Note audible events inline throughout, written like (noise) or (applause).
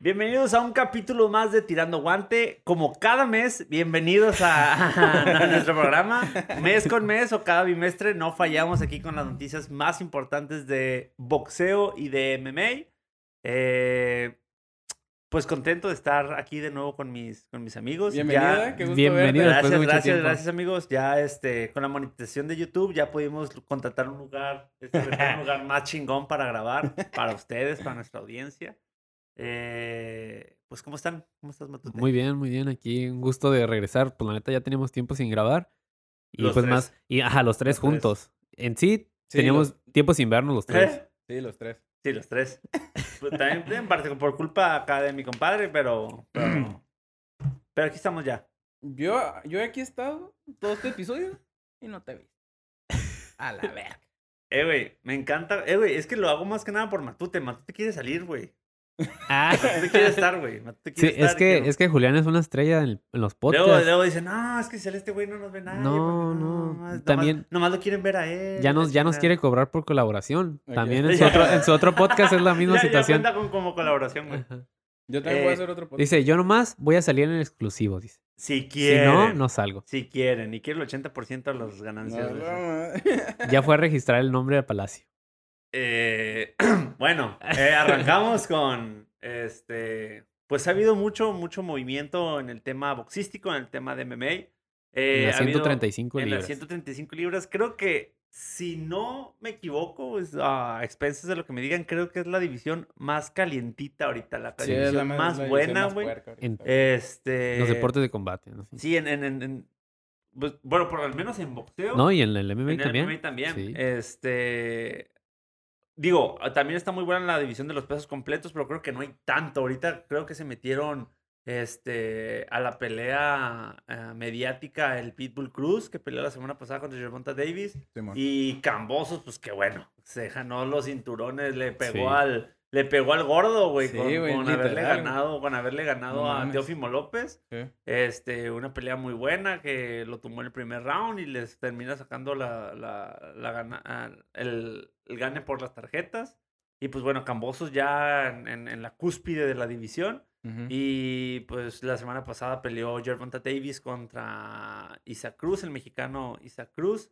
Bienvenidos a un capítulo más de Tirando Guante. Como cada mes, bienvenidos a, (laughs) a nuestro programa. Mes con mes o cada bimestre, no fallamos aquí con las noticias más importantes de boxeo y de MMA. Eh, pues contento de estar aquí de nuevo con mis, con mis amigos. Bienvenida, Pues, Ya- qué gusto verte. Bienvenida. después de Gracias, mucho gracias, tiempo. gracias amigos. Ya este, con la monetización de YouTube ya pudimos contratar un lugar, este, rentar un (laughs) lugar más chingón para grabar, para ustedes, para nuestra audiencia. Eh, pues, ¿cómo están? ¿Cómo estás, Matute? Muy bien, muy bien. Aquí un gusto de regresar. Pues la neta ya teníamos tiempo sin grabar. Y Los pues tres. más. Y ajá, los tres Los tres. juntos. En sí, Sí, teníamos tiempo sin vernos los (laughs) tres. ¿Eh? Sí, los tres. Sí, los tres. Pues, también en parte por culpa acá de mi compadre, pero, pero, pero aquí estamos ya. Yo, yo aquí he estado todo este episodio y no te vi. A la verga. Eh, güey, me encanta. Eh, güey, es que lo hago más que nada por Matute. Matute quiere salir, güey. (laughs) Ah, Matute (laughs) quiere estar, güey. Matute sí, quiere estar. es que, es que Julián es una estrella en, el- en los podcasts. Luego, luego dicen, no, es que si sale este güey no nos ve nadie. No, porque no, nomás- también- Nomás, nomás lo quieren ver a él. ya la nos, ya nos chingada". quiere cobrar por colaboración. Ok. También (laughs) en su, otro, en su otro podcast es la misma Ya- situación. Ya cuenta con como colaboración, güey. Ajá. Yo también voy a Eh, hacer otro podcast. Dice, yo nomás voy a salir en el exclusivo. Dice. Si Si quieren. no, (laughs) no salgo. Si quieren. Y quiero el 80% de las ganancias. No, güey. no, Ya fue a registrar el nombre al palacio. Eh, (clears throat) bueno, eh, arrancamos con este. Pues ha habido mucho, mucho movimiento en el tema boxístico, en el tema de MMA. Eh, en ha las habido- 135 en las libras. 135 libras. Creo que, si no me equivoco, pues, a expensas de lo que me digan, creo que es la división más calientita ahorita, la Sí, división es la más la división buena, más güey. puerca ahorita, En- güey. Este. Los deportes de combate. ¿no? Sí, en. en- en- en- pues, bueno, por lo menos en boxeo. No, y en el MMA en el también. MMA también. Eh, Sí. Este. Digo, ah, también está muy buena la división de los pesos completos, pero creo que no hay tanto. Ahorita creo que se metieron este, a la pelea eh, mediática el Pitbull Cruz, que peleó la semana pasada contra Gervonta Davis. Simón. Y Cambosos, pues qué bueno. Se ganó los cinturones, le pegó Sí. al. Le pegó al gordo, güey, Sí, con, güey, con haberle literal, güey. ganado, con haberle ganado No a mames. Teófimo López. Sí. Este, una pelea muy buena que lo tomó en el primer round y les termina sacando la, la, la gana- ah, el, el gane por las tarjetas. Y pues bueno, Cambosos ya en, en- en la cúspide de la división. Ujú. Y pues la semana pasada peleó Gervonta Davis contra Isaac Cruz, el mexicano Isaac Cruz.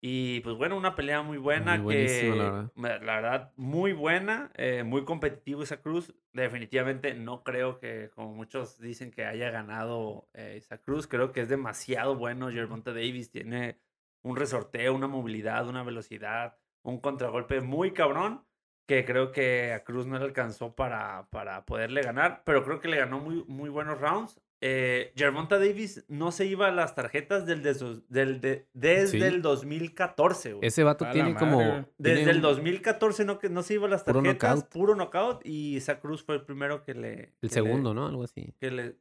Y pues bueno, una pelea muy buena Muy que buenísima, la verdad. me- la verdad, muy buena, eh, muy competitivo Isaac Cruz. Definitivamente no creo que, como muchos dicen, que haya ganado eh, Isaac Cruz. Creo que es demasiado bueno. Gervonta Davis tiene un resorteo, una movilidad, una velocidad, un contragolpe muy cabrón que creo que a Cruz no le alcanzó para, para poderle ganar, pero creo que le ganó muy, muy buenos rounds. Eh, Gervonta Davis no se iba a las tarjetas del deso- del de- desde Sí. el 2014. güey. Ese vato A la tiene madre, como. güey. Desde tiene el un- 2014 no, que no se iba a las Puro tarjetas, knockout. puro knockout, y Isaac Cruz fue el primero que le... El que le- segundo, ¿no? Algo así. que le-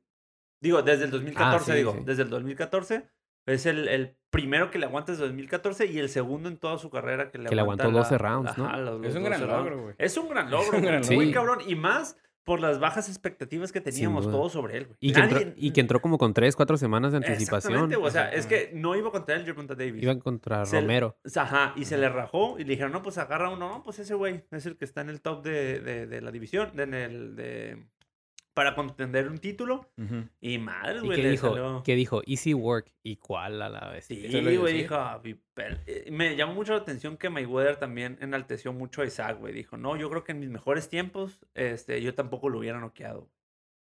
Digo, desde el 2014, Ah, sí, digo, sí. desde el 2014. Es el, el primero que le aguanta desde 2014 y el segundo en toda su carrera que le Que le aguanta aguantó la- 12 rounds, ¿no? ajá, los- Es los un gran 12 rounds. logro, güey. Es un (laughs) gran logro, un gran güey, muy logro. cabrón. Y más por las bajas expectativas que teníamos duda. todos sobre él, güey. Y que, entró, Nadie- y que entró como con 3, 4 semanas de anticipación. Exactamente, o sea, es que no iba contra él Gervonta Davis. Iban contra Se- Romero. O sea, Ajá, y se le rajó y le dijeron, no, pues agarra uno, no, pues ese güey es el que está en el top de, de- de la división, de, en el, de, para contender un título. Ujú. Y madre, ¿Y güey, qué le dijo? salió- ¿Qué dijo? Easy work. ¿Y cuál a la vez? Te Sí, lo güey, decía. dijo, "Ah, mi pel-". Eh, me llamó mucho la atención que Mayweather también enalteció mucho a Isaac, güey. Dijo, no, yo creo que en mis mejores tiempos, este, yo tampoco lo hubiera noqueado.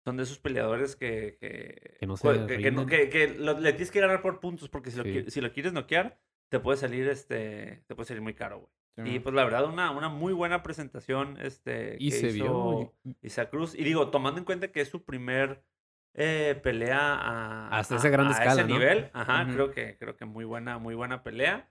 Son de esos peleadores que... Que, Que no se cua- que- que no- rinden. que- que lo- le tienes que ganar por puntos, porque si lo, Sí. qui- si lo quieres noquear, te puede salir, este, te puede salir muy caro, güey. Y Simón. pues la verdad, una, una muy buena presentación, este, Y que se hizo vio. Isaac Cruz. Y digo, tomando en cuenta que es su primer eh, pelea a, Hasta a- esa gran a escala, ese ¿no? nivel. Ajá, Ujú. creo que, creo que muy buena, muy buena pelea.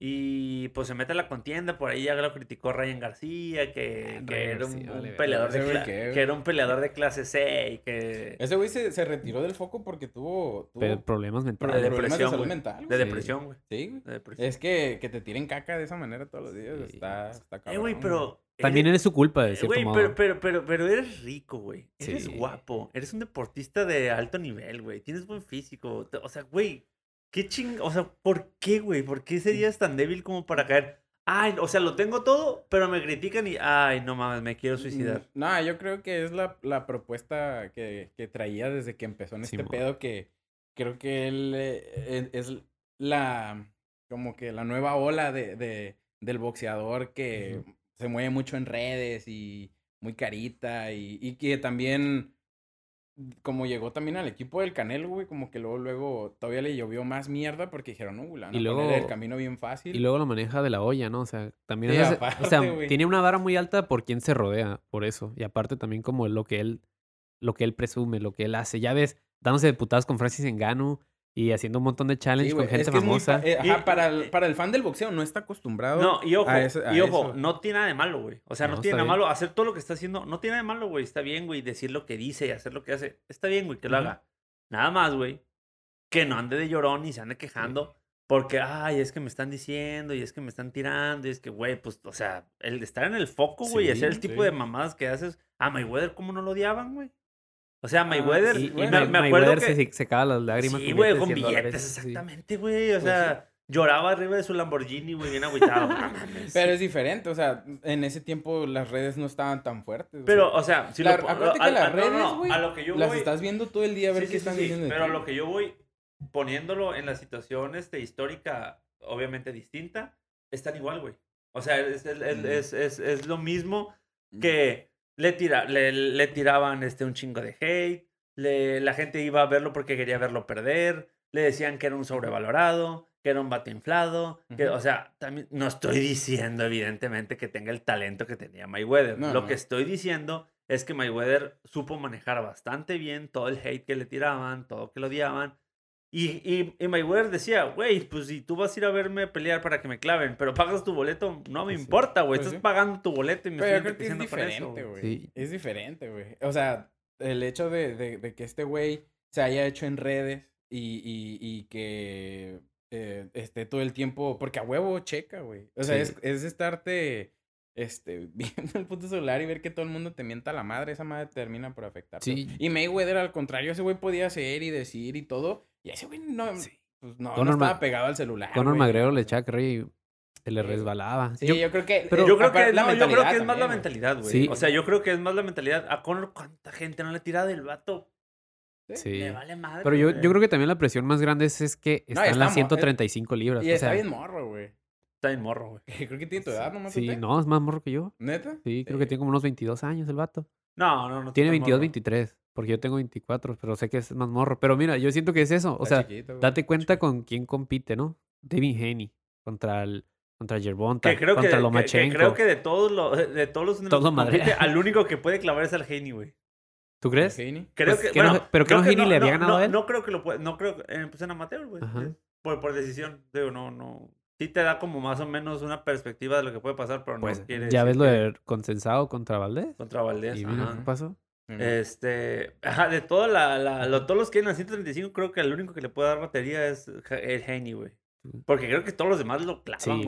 Y pues se mete a la contienda, por ahí ya lo criticó Ryan García, que, Ah, que Ryan era un, García, un vale, peleador de verga. Ese güey cla- qué, güey. que era un peleador de clase C y que Ese güey se, se retiró del foco porque tuvo, tuvo Pero problemas de pro- mentales. problemas de depresión, salud güey. mental. de güey. Sí. depresión, güey. Sí, güey. de depresión. Es que, que te tiren caca de esa manera todos los días Sí. está, está cabrón. Eh, güey, pero... También eres- eres su culpa, de Eh, cierto Güey, modo. pero, pero, pero, pero eres rico, güey. Eres Sí. guapo. Eres un deportista de alto nivel, güey. Tienes buen físico. Mm. te- O sea, güey, qué ching... O sea, ¿por qué, güey? ¿Por qué serías tan débil como para caer? Ay, o sea, lo tengo todo, pero me critican y, ay, no mames, me quiero suicidar. No, Mm, yo creo que es la, la propuesta que, que traía desde que empezó en este Simón. pedo que creo que él eh, eh, es la como que la nueva ola de, de- del boxeador que se mueve mucho en redes y muy carita y, y que también como llegó también al equipo del Canelo, güey, como que luego luego todavía le llovió más mierda porque dijeron, "No, güey, la van Y a poner luego- el camino bien fácil." Y luego lo maneja de la olla, ¿no? O sea, también... Sí, hace- o sea, aparte, güey. tiene una vara muy alta por quien se rodea, por eso. Y aparte también como lo que él, lo que él presume, lo que él hace. Ya ves, dándose de putadas con Francis Engano y haciendo un montón de Sí, challenge güey, con gente es que es muy famosa. fa- eh, ajá, Y- para el, para el fan del boxeo no está acostumbrado. No, y ojo, a eso- a y ojo eso. no tiene nada de malo, güey. O sea, no, No, tiene está nada de bien. malo. Hacer todo lo que está haciendo, no tiene nada de malo, güey. Está bien, güey, decir lo que dice y hacer lo que hace. Está bien, güey, que lo Ujú. haga. Nada más, güey, que no ande de llorón y se ande quejando porque, ay, es que me están diciendo y es que me están tirando y es que, güey, pues, o sea, el estar en el foco, güey, y hacer el Sí, tipo sí. de mamadas que haces. A Mayweather, ¿cómo no lo odiaban, güey? O sea, Ah, Mayweather, sí, me- bueno, me, Mayweather acuerdo que... se- se, se cava las lágrimas. Sí, güey, con 100 billetes, dólares, sí. exactamente, güey. O Pues sea, lloraba arriba de su Lamborghini, güey, bien agüitado. no mames. Pero es diferente, o sea, en ese tiempo las redes no estaban tan fuertes. Pero, o sea, si La- lo, acuérdate que al- las al- no, no, redes, no, güey, a lo que yo güey. las voy, estás viendo todo el día a ver sí, qué sí, están sí, diciendo. de Pero a ti. lo que yo voy, poniéndolo en la situación este, histórica, obviamente distinta, están igual, güey. O sea, es, es- es- Mm. es- es- es lo mismo Mm. que le, tira, le, le tiraban este, un chingo de hate, le- la gente iba a verlo porque quería verlo perder, le decían que era un sobrevalorado, que era un vato inflado, que, Ujú. o sea, también, no estoy diciendo evidentemente que tenga el talento que tenía Mayweather, No, lo no. que estoy diciendo es que Mayweather supo manejar bastante bien todo el hate que le tiraban, todo que lo odiaban. Y, y, y Mayweather decía, güey, pues si tú vas a ir a verme pelear para que me claven, pero pagas tu boleto, no me Pues sí, importa, güey, pues estás sí. pagando tu boleto y me Pero yo estoy creo que es enriqueciendo con eso, diferente, güey. Sí. Es diferente, güey. O sea, el hecho de, de- de que este güey se haya hecho en redes y, y- y que eh, esté todo el tiempo. Porque a huevo checa, güey. O sea, Sí. es, es estarte este, (laughs) viendo el puto celular y ver que todo el mundo te mienta la madre. Esa madre termina por afectar. Sí. Y Mayweather, al contrario, ese güey podía hacer y decir y todo. Y ese güey no. Sí. pues, no, no Conor Ma- estaba pegado al celular. Conor Ah, güey. McGregor le echaba carrilla y se le Sí. resbalaba. Sí, Yo- yo, creo que. eh, pero- Yo creo, aparte, que, no, yo creo que es más la también, güey. mentalidad, güey. Sí. O sea, yo creo que es más la mentalidad. A Conor, ¿cuánta gente no le tira del vato? Sí. Me vale madre. Pero yo, güey. yo creo que también la presión más grande es, es que No, están las estamos- 135 libras. Y o está sea, bien morro, güey. (laughs) Está en morro, güey. Creo que tiene tu edad nomás. Sí, Tete. no, es más morro que yo. ¿Neta? Sí, creo que Sí. tiene como unos 22 años el vato. No, no, no. Tiene está 22, morro. 23, porque yo tengo 24, pero sé que es más morro. Pero mira, yo siento que es eso. O Está sea, chiquito, güey. date cuenta con quién compite, ¿no? David Haney contra el contra Yerbonta, Que creo que, contra que- Lomachenko. que creo que de todos los de todos los, Todos (laughs) los compite, madrean. al único que puede clavar es al Heini, güey. ¿Tú crees? Sí, ni- Creo Pues, que, que no- bueno, pero que creo no Heaney le había ganado no, a él. No creo que lo pueda, no creo, eh, pues en amateur, güey. Ajá. es Por, por decisión, digo, no, no. Sí te da como más o menos una perspectiva de lo que puede pasar, pero Pues no quiere ya decir ves lo que de consensado contra Valdés. contra Valdés. Y mira ajá. Ah, qué pasó. Sí, ni- Este, ajá, de toda la, la- lo- todos los que hay en la 135, creo que el único que le puede dar batería es Ja- el Heini, güey. Ujú. Porque creo que todos los demás lo clavan, Sí, güey,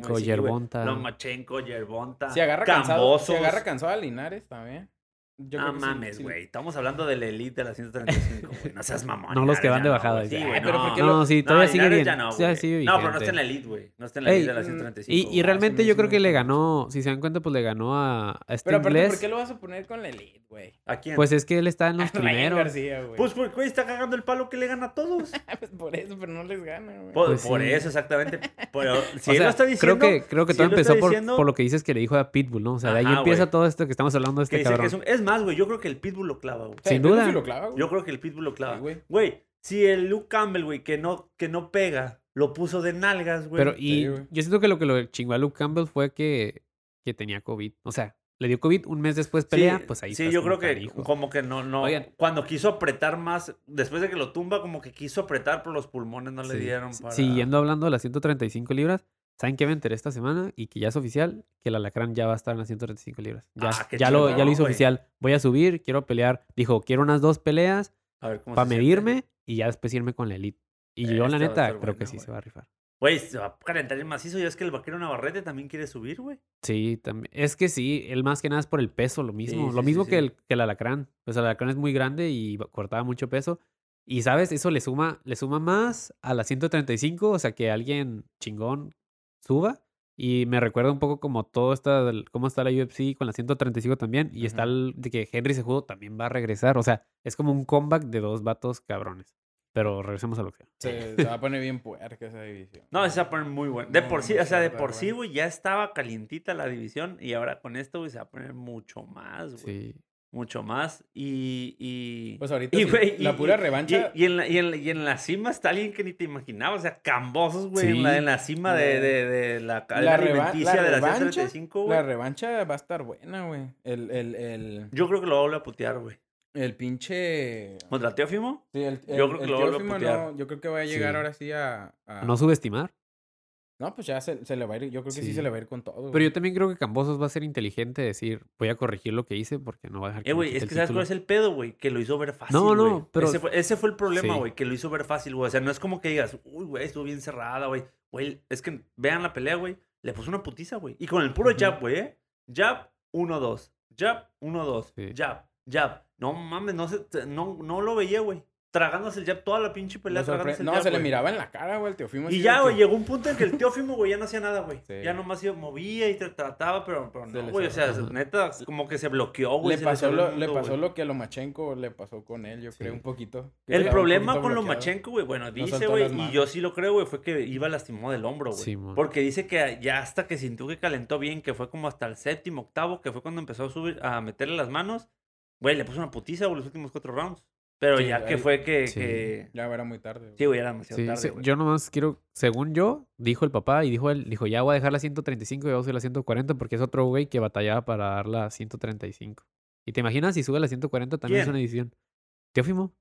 güey, pues, sí, güey. Yerbonta. Lomachenko, Yerbonta. Si agarra cansado, si Cambosos. agarra cansado a Linares también. Yo No creo que sí- mames, sí- güey. Este Estamos hablando de la elite de la 135, güey. No (laughs) seas mamón. No los que Linares ya van de no, bajada, güey. Sí, dice, "Ah, güey, "Ay, pero no. ¿por qué No, lo- sí, todavía No, sigue Linares bien. ya no, Sí, güey. sigue No, pero no vigente. está en la elite, güey. No está en la Ey, elite de la mm, 135. Y, y güey. realmente sí, yo sí, creo me que le acuerdo. ganó, si se dan cuenta, pues le ganó a, a este Pero aparte, ¿por inglés. qué lo vas a poner con la elite, güey? ¿A quién? Pues es que él está (laughs) en los A (laughs) Ryan primeros. García, güey. Pues, porque, güey, está cagando el palo que le gana a todos. Pues (laughs) por eso, pero no les gana, güey. Por, (laughs) Pues por sí. eso, exactamente. Pero si O él sea, lo está diciendo. creo que, creo que si todo él lo está empezó por, diciendo por lo que dices que le dijo a Pitbull, ¿no? O sea, de ahí Ajá, empieza güey. todo esto que estamos hablando de que este dice que cabrón. es, un- es más, güey. Yo creo que el Pitbull lo clava, güey. O sea, sin yo creo que duda. sí lo clava, güey. Yo creo que el Pitbull lo clava. Sí, güey. Güey, si el Luke Campbell, güey, que no, que no pega, lo puso de nalgas, güey. Pero y Sí, güey. yo siento que lo que lo chingó a Luke Campbell fue que, que tenía COVID. O sea, le dio COVID, un mes después pelea, pues ahí Sí, estás yo como creo que canijo. como que no, no. Oigan. Cuando quiso apretar más, después de que lo tumba, como que quiso apretar, pero los pulmones no le Sí. dieron Si- para. Siguiendo hablando de las 135 libras, ¿saben qué me enteré esta semana? Y que ya es oficial, que el alacrán ya va a estar en las 135 libras. Ya, Ah, qué ya, lo, ya lo chingón, hizo güey. oficial. Voy a subir, quiero pelear. Dijo, quiero unas dos peleas A ver cómo para se siente. medirme y ya después irme con la elite. Y yo, Esta va la a neta, estar creo que buena, sí güey. se va a rifar. Güey, se va a calentar el macizo. Y es que el vaquero Navarrete también quiere subir, güey. Sí, también. Es que sí, él más que nada es por el peso, lo mismo. Sí, lo sí, sí, mismo sí. que, el, que el alacrán. Pues el alacrán es muy grande y va- cortaba mucho peso. Y sabes, eso le suma, le suma más a la 135, o sea, que alguien chingón suba Y me recuerda un poco como todo está, cómo está la UFC con la 135 también. Y está Ajá. el de que Henry Sejudo también va a regresar. O sea, es como un comeback de dos vatos cabrones. Pero regresemos al boxeo. Se, se va a poner bien puerca esa división. No, esa poner muy buena. De No, por sí, no o sea, sé, de la por sí, verdad. güey, ya estaba calientita la división y ahora con esto, güey, se va a poner mucho más, güey. Sí. Mucho más. Y. y... Pues (laughs) ahorita y, sí, güey, la y- pura y- revancha. Y, y en la, y, en la, y en la cima está alguien que ni te imaginabas. O sea, Cambosos, güey, en, Sí. la, en la cima de, No. de, de la La cadena reva- alimenticia la de la revancha, 135, La güey. revancha va a estar buena, güey. El, el, el, Yo creo que lo vuelve a putear, güey. el pinche. ¿Contra Teófimo? Sí, el, Yo creo que el lo vuelvo a Teófimo putear. no, yo creo que va a llegar Sí. ahora sí a. a- No subestimar. No, pues ya se, se le va a ir. Yo creo que sí. Sí. se le va a ir con todo. Pero güey. yo también creo que Cambosos va a ser inteligente decir, voy a corregir lo que hice porque no va a dejar que Eh, me güey, quite es el que ¿sabes título". cuál es el pedo, güey? Que lo hizo ver fácil, No, no, güey. pero- Ese fue, ese fue el problema, Sí. güey, que lo hizo ver fácil, güey. O sea, no es como que digas, uy, güey, estuvo bien cerrada, güey. Güey, es que vean la pelea, güey. Le puso una putiza, güey. Y con el puro Ujú. jab, güey, ¿eh? Jab, 1-2. Jab, 1-2. Sí. Jab, jab. No mames, no, se, te- no, no lo veía, güey. Tragándose el jab toda la pinche Me pelea. sorpre- tragándose el No, jab, se le güey. miraba en la cara, güey, el Teofimo. así Y de ya, que- güey, llegó un punto en que el Teófimo, güey, ya no hacía nada, güey. Sí. Ya nomás se movía y tra- trataba, pero, pero Se no, le güey. O sea, cerró. neta, como que se bloqueó, güey. Le se pasó, cerró lo, el le mundo, pasó güey. lo que a Lomachenko le pasó con él, yo creo, Sí. un poquito. que El estaba un problema poquito con bloqueado. Lomachenko, güey, bueno, dice, soltó las güey, y manos. yo sí lo creo, güey, fue que iba lastimado del hombro, güey. Sí, mon. porque dice que ya hasta que sintió que calentó bien, que fue como hasta el séptimo, octavo, que fue cuando empezó a subir, a meterle las manos, güey, le puso una putiza, güey, los últimos cuatro rounds. Pero Sí, ya que ahí- fue que, Sí. que- Ya era muy tarde. güey. sí, güey, era demasiado Sí, tarde, se- güey. yo nomás quiero, según yo, dijo el papá y dijo él, dijo, ya voy a dejar la 135 y voy a subir la 140 porque es otro güey que batallaba para dar la 135. Y te imaginas si sube la 140 también es ¿Quién? una edición. Teófimo.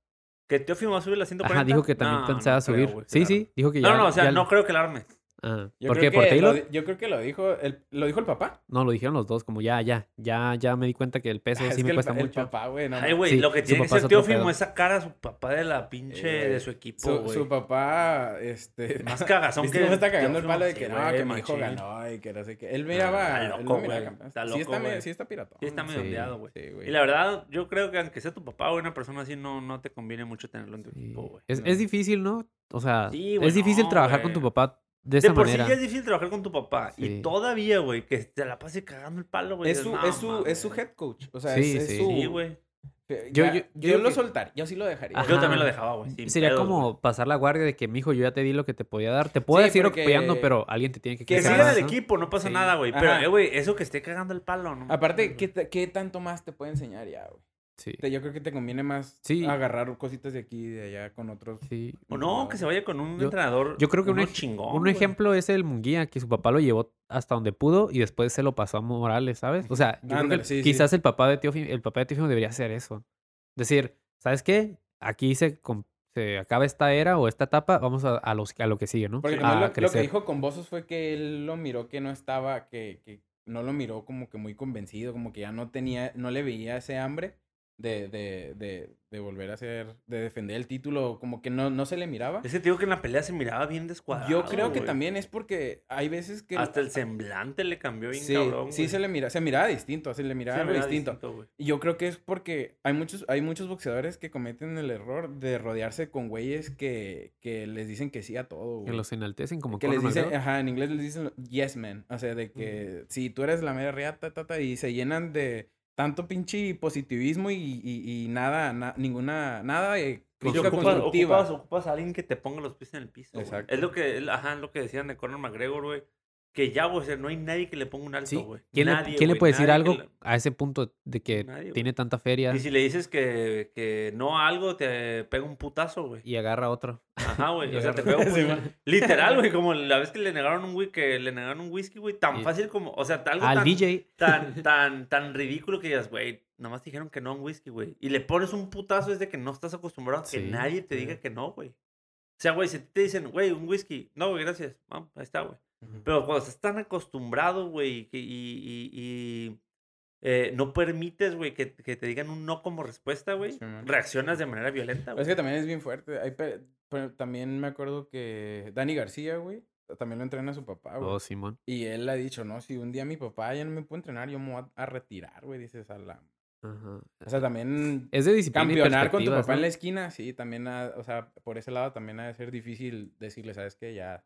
¿Que Teófimo va a subir la 140? Ajá, dijo que también No, pensaba no creo, subir. güey, que sí, la sí, arme. dijo que ya. No, no, o sea, ya- no creo que la arme. Ah, Yo ¿Por qué? creo ¿Por que lo Taylor? di- Yo creo que lo dijo. El, ¿Lo dijo el papá? No, lo dijeron los dos, como ya, ya, ya, ya me di (laughs) cuenta que el peso Ah, sí es me que el, cuesta pa- el mucho. papá, güey, no Ay, mames. güey, Sí, lo que su tiene que papá es ser otro Teófimo pedo. es sacar a su papá de la pinche, Eh, de su equipo, Su, güey. su papá, este. (laughs) Más cagazón ¿Viste que... cómo está cagando el Teófimo? palo de Sí, que no, güey, que mi hijo machín. ganó y que no sé qué? Él miraba. Ah, está él loco, lo miraba güey. acá. Está sí, loco, está, me- güey. sí está piratón. Sí, está medio Sí. ondeado, güey. Sí, güey. Y la verdad, yo creo que aunque sea tu papá o una persona así, no, no te conviene mucho tenerlo en tu Sí. equipo, güey. Es, No. es difícil, ¿no? O sea, Sí, güey, es difícil no, trabajar con güey. tu papá de De esa por manera. sí ya es difícil trabajar con tu papá. Y Sí. todavía, güey, que te la pase cagando el palo, güey. Es dices, su, "No es, su, es su mames". head coach. O sea, Sí, es, es sí. su. Sí, güey. Ya- Yo- Yo, yo- yo lo que- soltaría. Yo sí lo dejaría. Ajá. Yo también lo dejaba, güey. sin Sería pedos, como güey. pasar la guardia de que, mijo, yo ya te di lo que te podía dar. Te puedo Sí, decir porque- apoyando, pero alguien te tiene que Que Ese siga en más, el ¿no? equipo, no pasa Sí. nada, güey. Pero, Ajá. eh, güey, eso que esté cagando el palo, ¿no? (laughs) Aparte, mames, ¿qué, güey. ta- ¿qué tanto más te puede enseñar ya, güey? Sí. Te- Yo creo que te conviene más Sí. agarrar cositas de aquí y de allá con otros. sí. O no, que se vaya con un Yo- entrenador. yo creo que un uno ej- chingón. Un güey. ejemplo es el Munguía, que su papá lo llevó hasta donde pudo y después se lo pasó a Morales, ¿sabes? O sea, yo creo que Ándale, sí, sí. quizás el papá de Teófimo, el papá de Teófimo debería hacer eso. Decir, ¿sabes qué? Aquí se, com- se acaba esta era o esta etapa, vamos a, a los, a lo que sigue, ¿no? Porque a Ah, nomás lo- lo, que crecer. dijo con Bozos fue que él lo miró que no estaba, que, que no lo miró como que muy convencido, como que ya no tenía, no le veía ese hambre de, de, de, de volver a ser, de defender el título, como que no, no se le miraba. Ese tío que en la pelea se miraba bien descuadrado. Yo creo que güey. también es porque hay veces que... Hasta el semblante le cambió bien, Sí, cabrón. sí güey. se le mira, se miraba distinto, se le miraba Se algo miraba distinto. güey. Y yo creo que es porque hay muchos, hay muchos boxeadores que cometen el error de rodearse con güeyes que, que les dicen que sí a todo, Que güey. los enaltecen como que les Conor dicen, McGregor. ajá, en inglés les dicen lo- yes man, o Mm. sea, de que si tú eres la mera reata, tata, y se llenan de tanto pinche positivismo y, y, y nada, na- ninguna, nada de Y crítica Pues ocupas, constructiva. ocupas, ocupas a alguien que te ponga los pies en el piso. güey. Exacto. Es lo que, es- ajá, es lo que decían de Conor McGregor, güey. Que ya, güey, o sea, no hay nadie que le ponga un alto, Sí. güey. ¿Quién, le- Nadie, quién le güey, puede decir nadie que algo a ese punto de que Nadie, güey. tiene tanta feria le- Y si le dices que, que no a algo, te pega un putazo, güey. y agarra otro? Ajá, güey. (laughs) Y O sea, te agarra- pega un Sí, putazo. Literal, güey. Como la vez que le negaron un, güey, que le negaron un whisky, güey. Tan Y- fácil como, o sea, algo Al tan, DJ. tan, tan, tan ridículo que digas, güey, nomás te dijeron que no a un whisky, güey. Y le pones un putazo es de que no estás acostumbrado a que Sí, nadie te diga que no, güey. O sea, güey, si te dicen, güey, un whisky, no, güey, gracias, vamos, ahí está, güey. Pero cuando estás tan acostumbrado, güey, y, que- y- y- y, eh, no permites, güey, que, que te digan un no como respuesta, güey, Sí, man. reaccionas de manera violenta, Es güey. que también es bien fuerte. Hay pe- pero también me acuerdo que Dani García, güey, también lo entrena su papá, güey. Oh, Simón. Y él ha dicho, no, si un día mi papá ya no me puede entrenar, yo me voy a, a retirar, güey, dices a la... Ajá. O sea, también Es de disciplina y campeonar con tu perspectivas, papá en ¿no? la esquina, sí, también, ha- o sea, por ese lado también ha de ser difícil decirle, ¿sabes qué? Ya,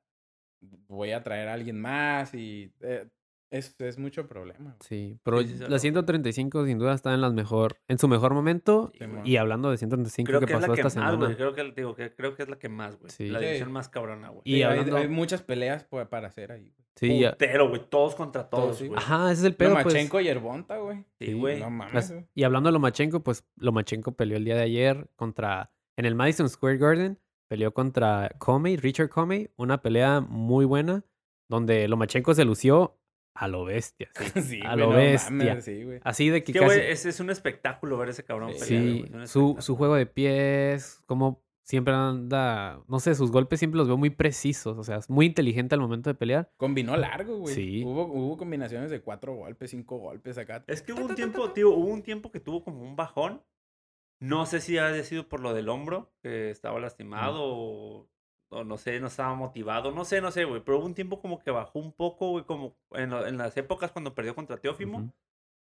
voy a traer a alguien más y eh, es, es mucho problema. güey. Sí, pero sí, sí, la sí. 135 sin duda está en las mejor, en su mejor momento. Sí, güey. Simón. Y hablando de 135 creo que, que es pasó la que esta más, semana. güey. Creo que, te digo, que creo que es la que más, güey. Sí. La Sí. división más cabrona, güey. Y Sí, hay- hablando- hay, muchas peleas pues, para hacer ahí. güey. sí, ya- Putero, güey. Todos contra Todos, todos, sí. güey. Ajá, ese es el pedo. pues. Lomachenko y Herbonta, güey. (laughs) Sí, güey. No mames, Las- güey. y hablando de Lomachenko, pues Lomachenko peleó el día de ayer contra. En el Madison Square Garden peleó contra Comey, Richard Comey. Una pelea muy buena donde Lomachenko se lució a lo bestia. sí. Sí, A güey, lo no bestia. Ah, mames, sí, güey. Así de que Es que, casi. güey, es, es un espectáculo ver ese cabrón Sí, pelear, güey. Es un sí, su, espectáculo. su juego de pies, como siempre anda. No sé, sus golpes siempre los veo muy precisos. O sea, es muy inteligente al momento de pelear. Combinó largo, güey. Sí. Hubo, hubo combinaciones de cuatro golpes, cinco golpes acá. Es que hubo un tiempo, tío, hubo un tiempo que tuvo como un bajón. No sé si haya sido por lo del hombro, que estaba lastimado o, o no sé, no estaba motivado. No sé, no sé, güey. Pero hubo un tiempo como que bajó un poco, güey, como en, lo- en las épocas cuando perdió contra Teófimo. Ujú.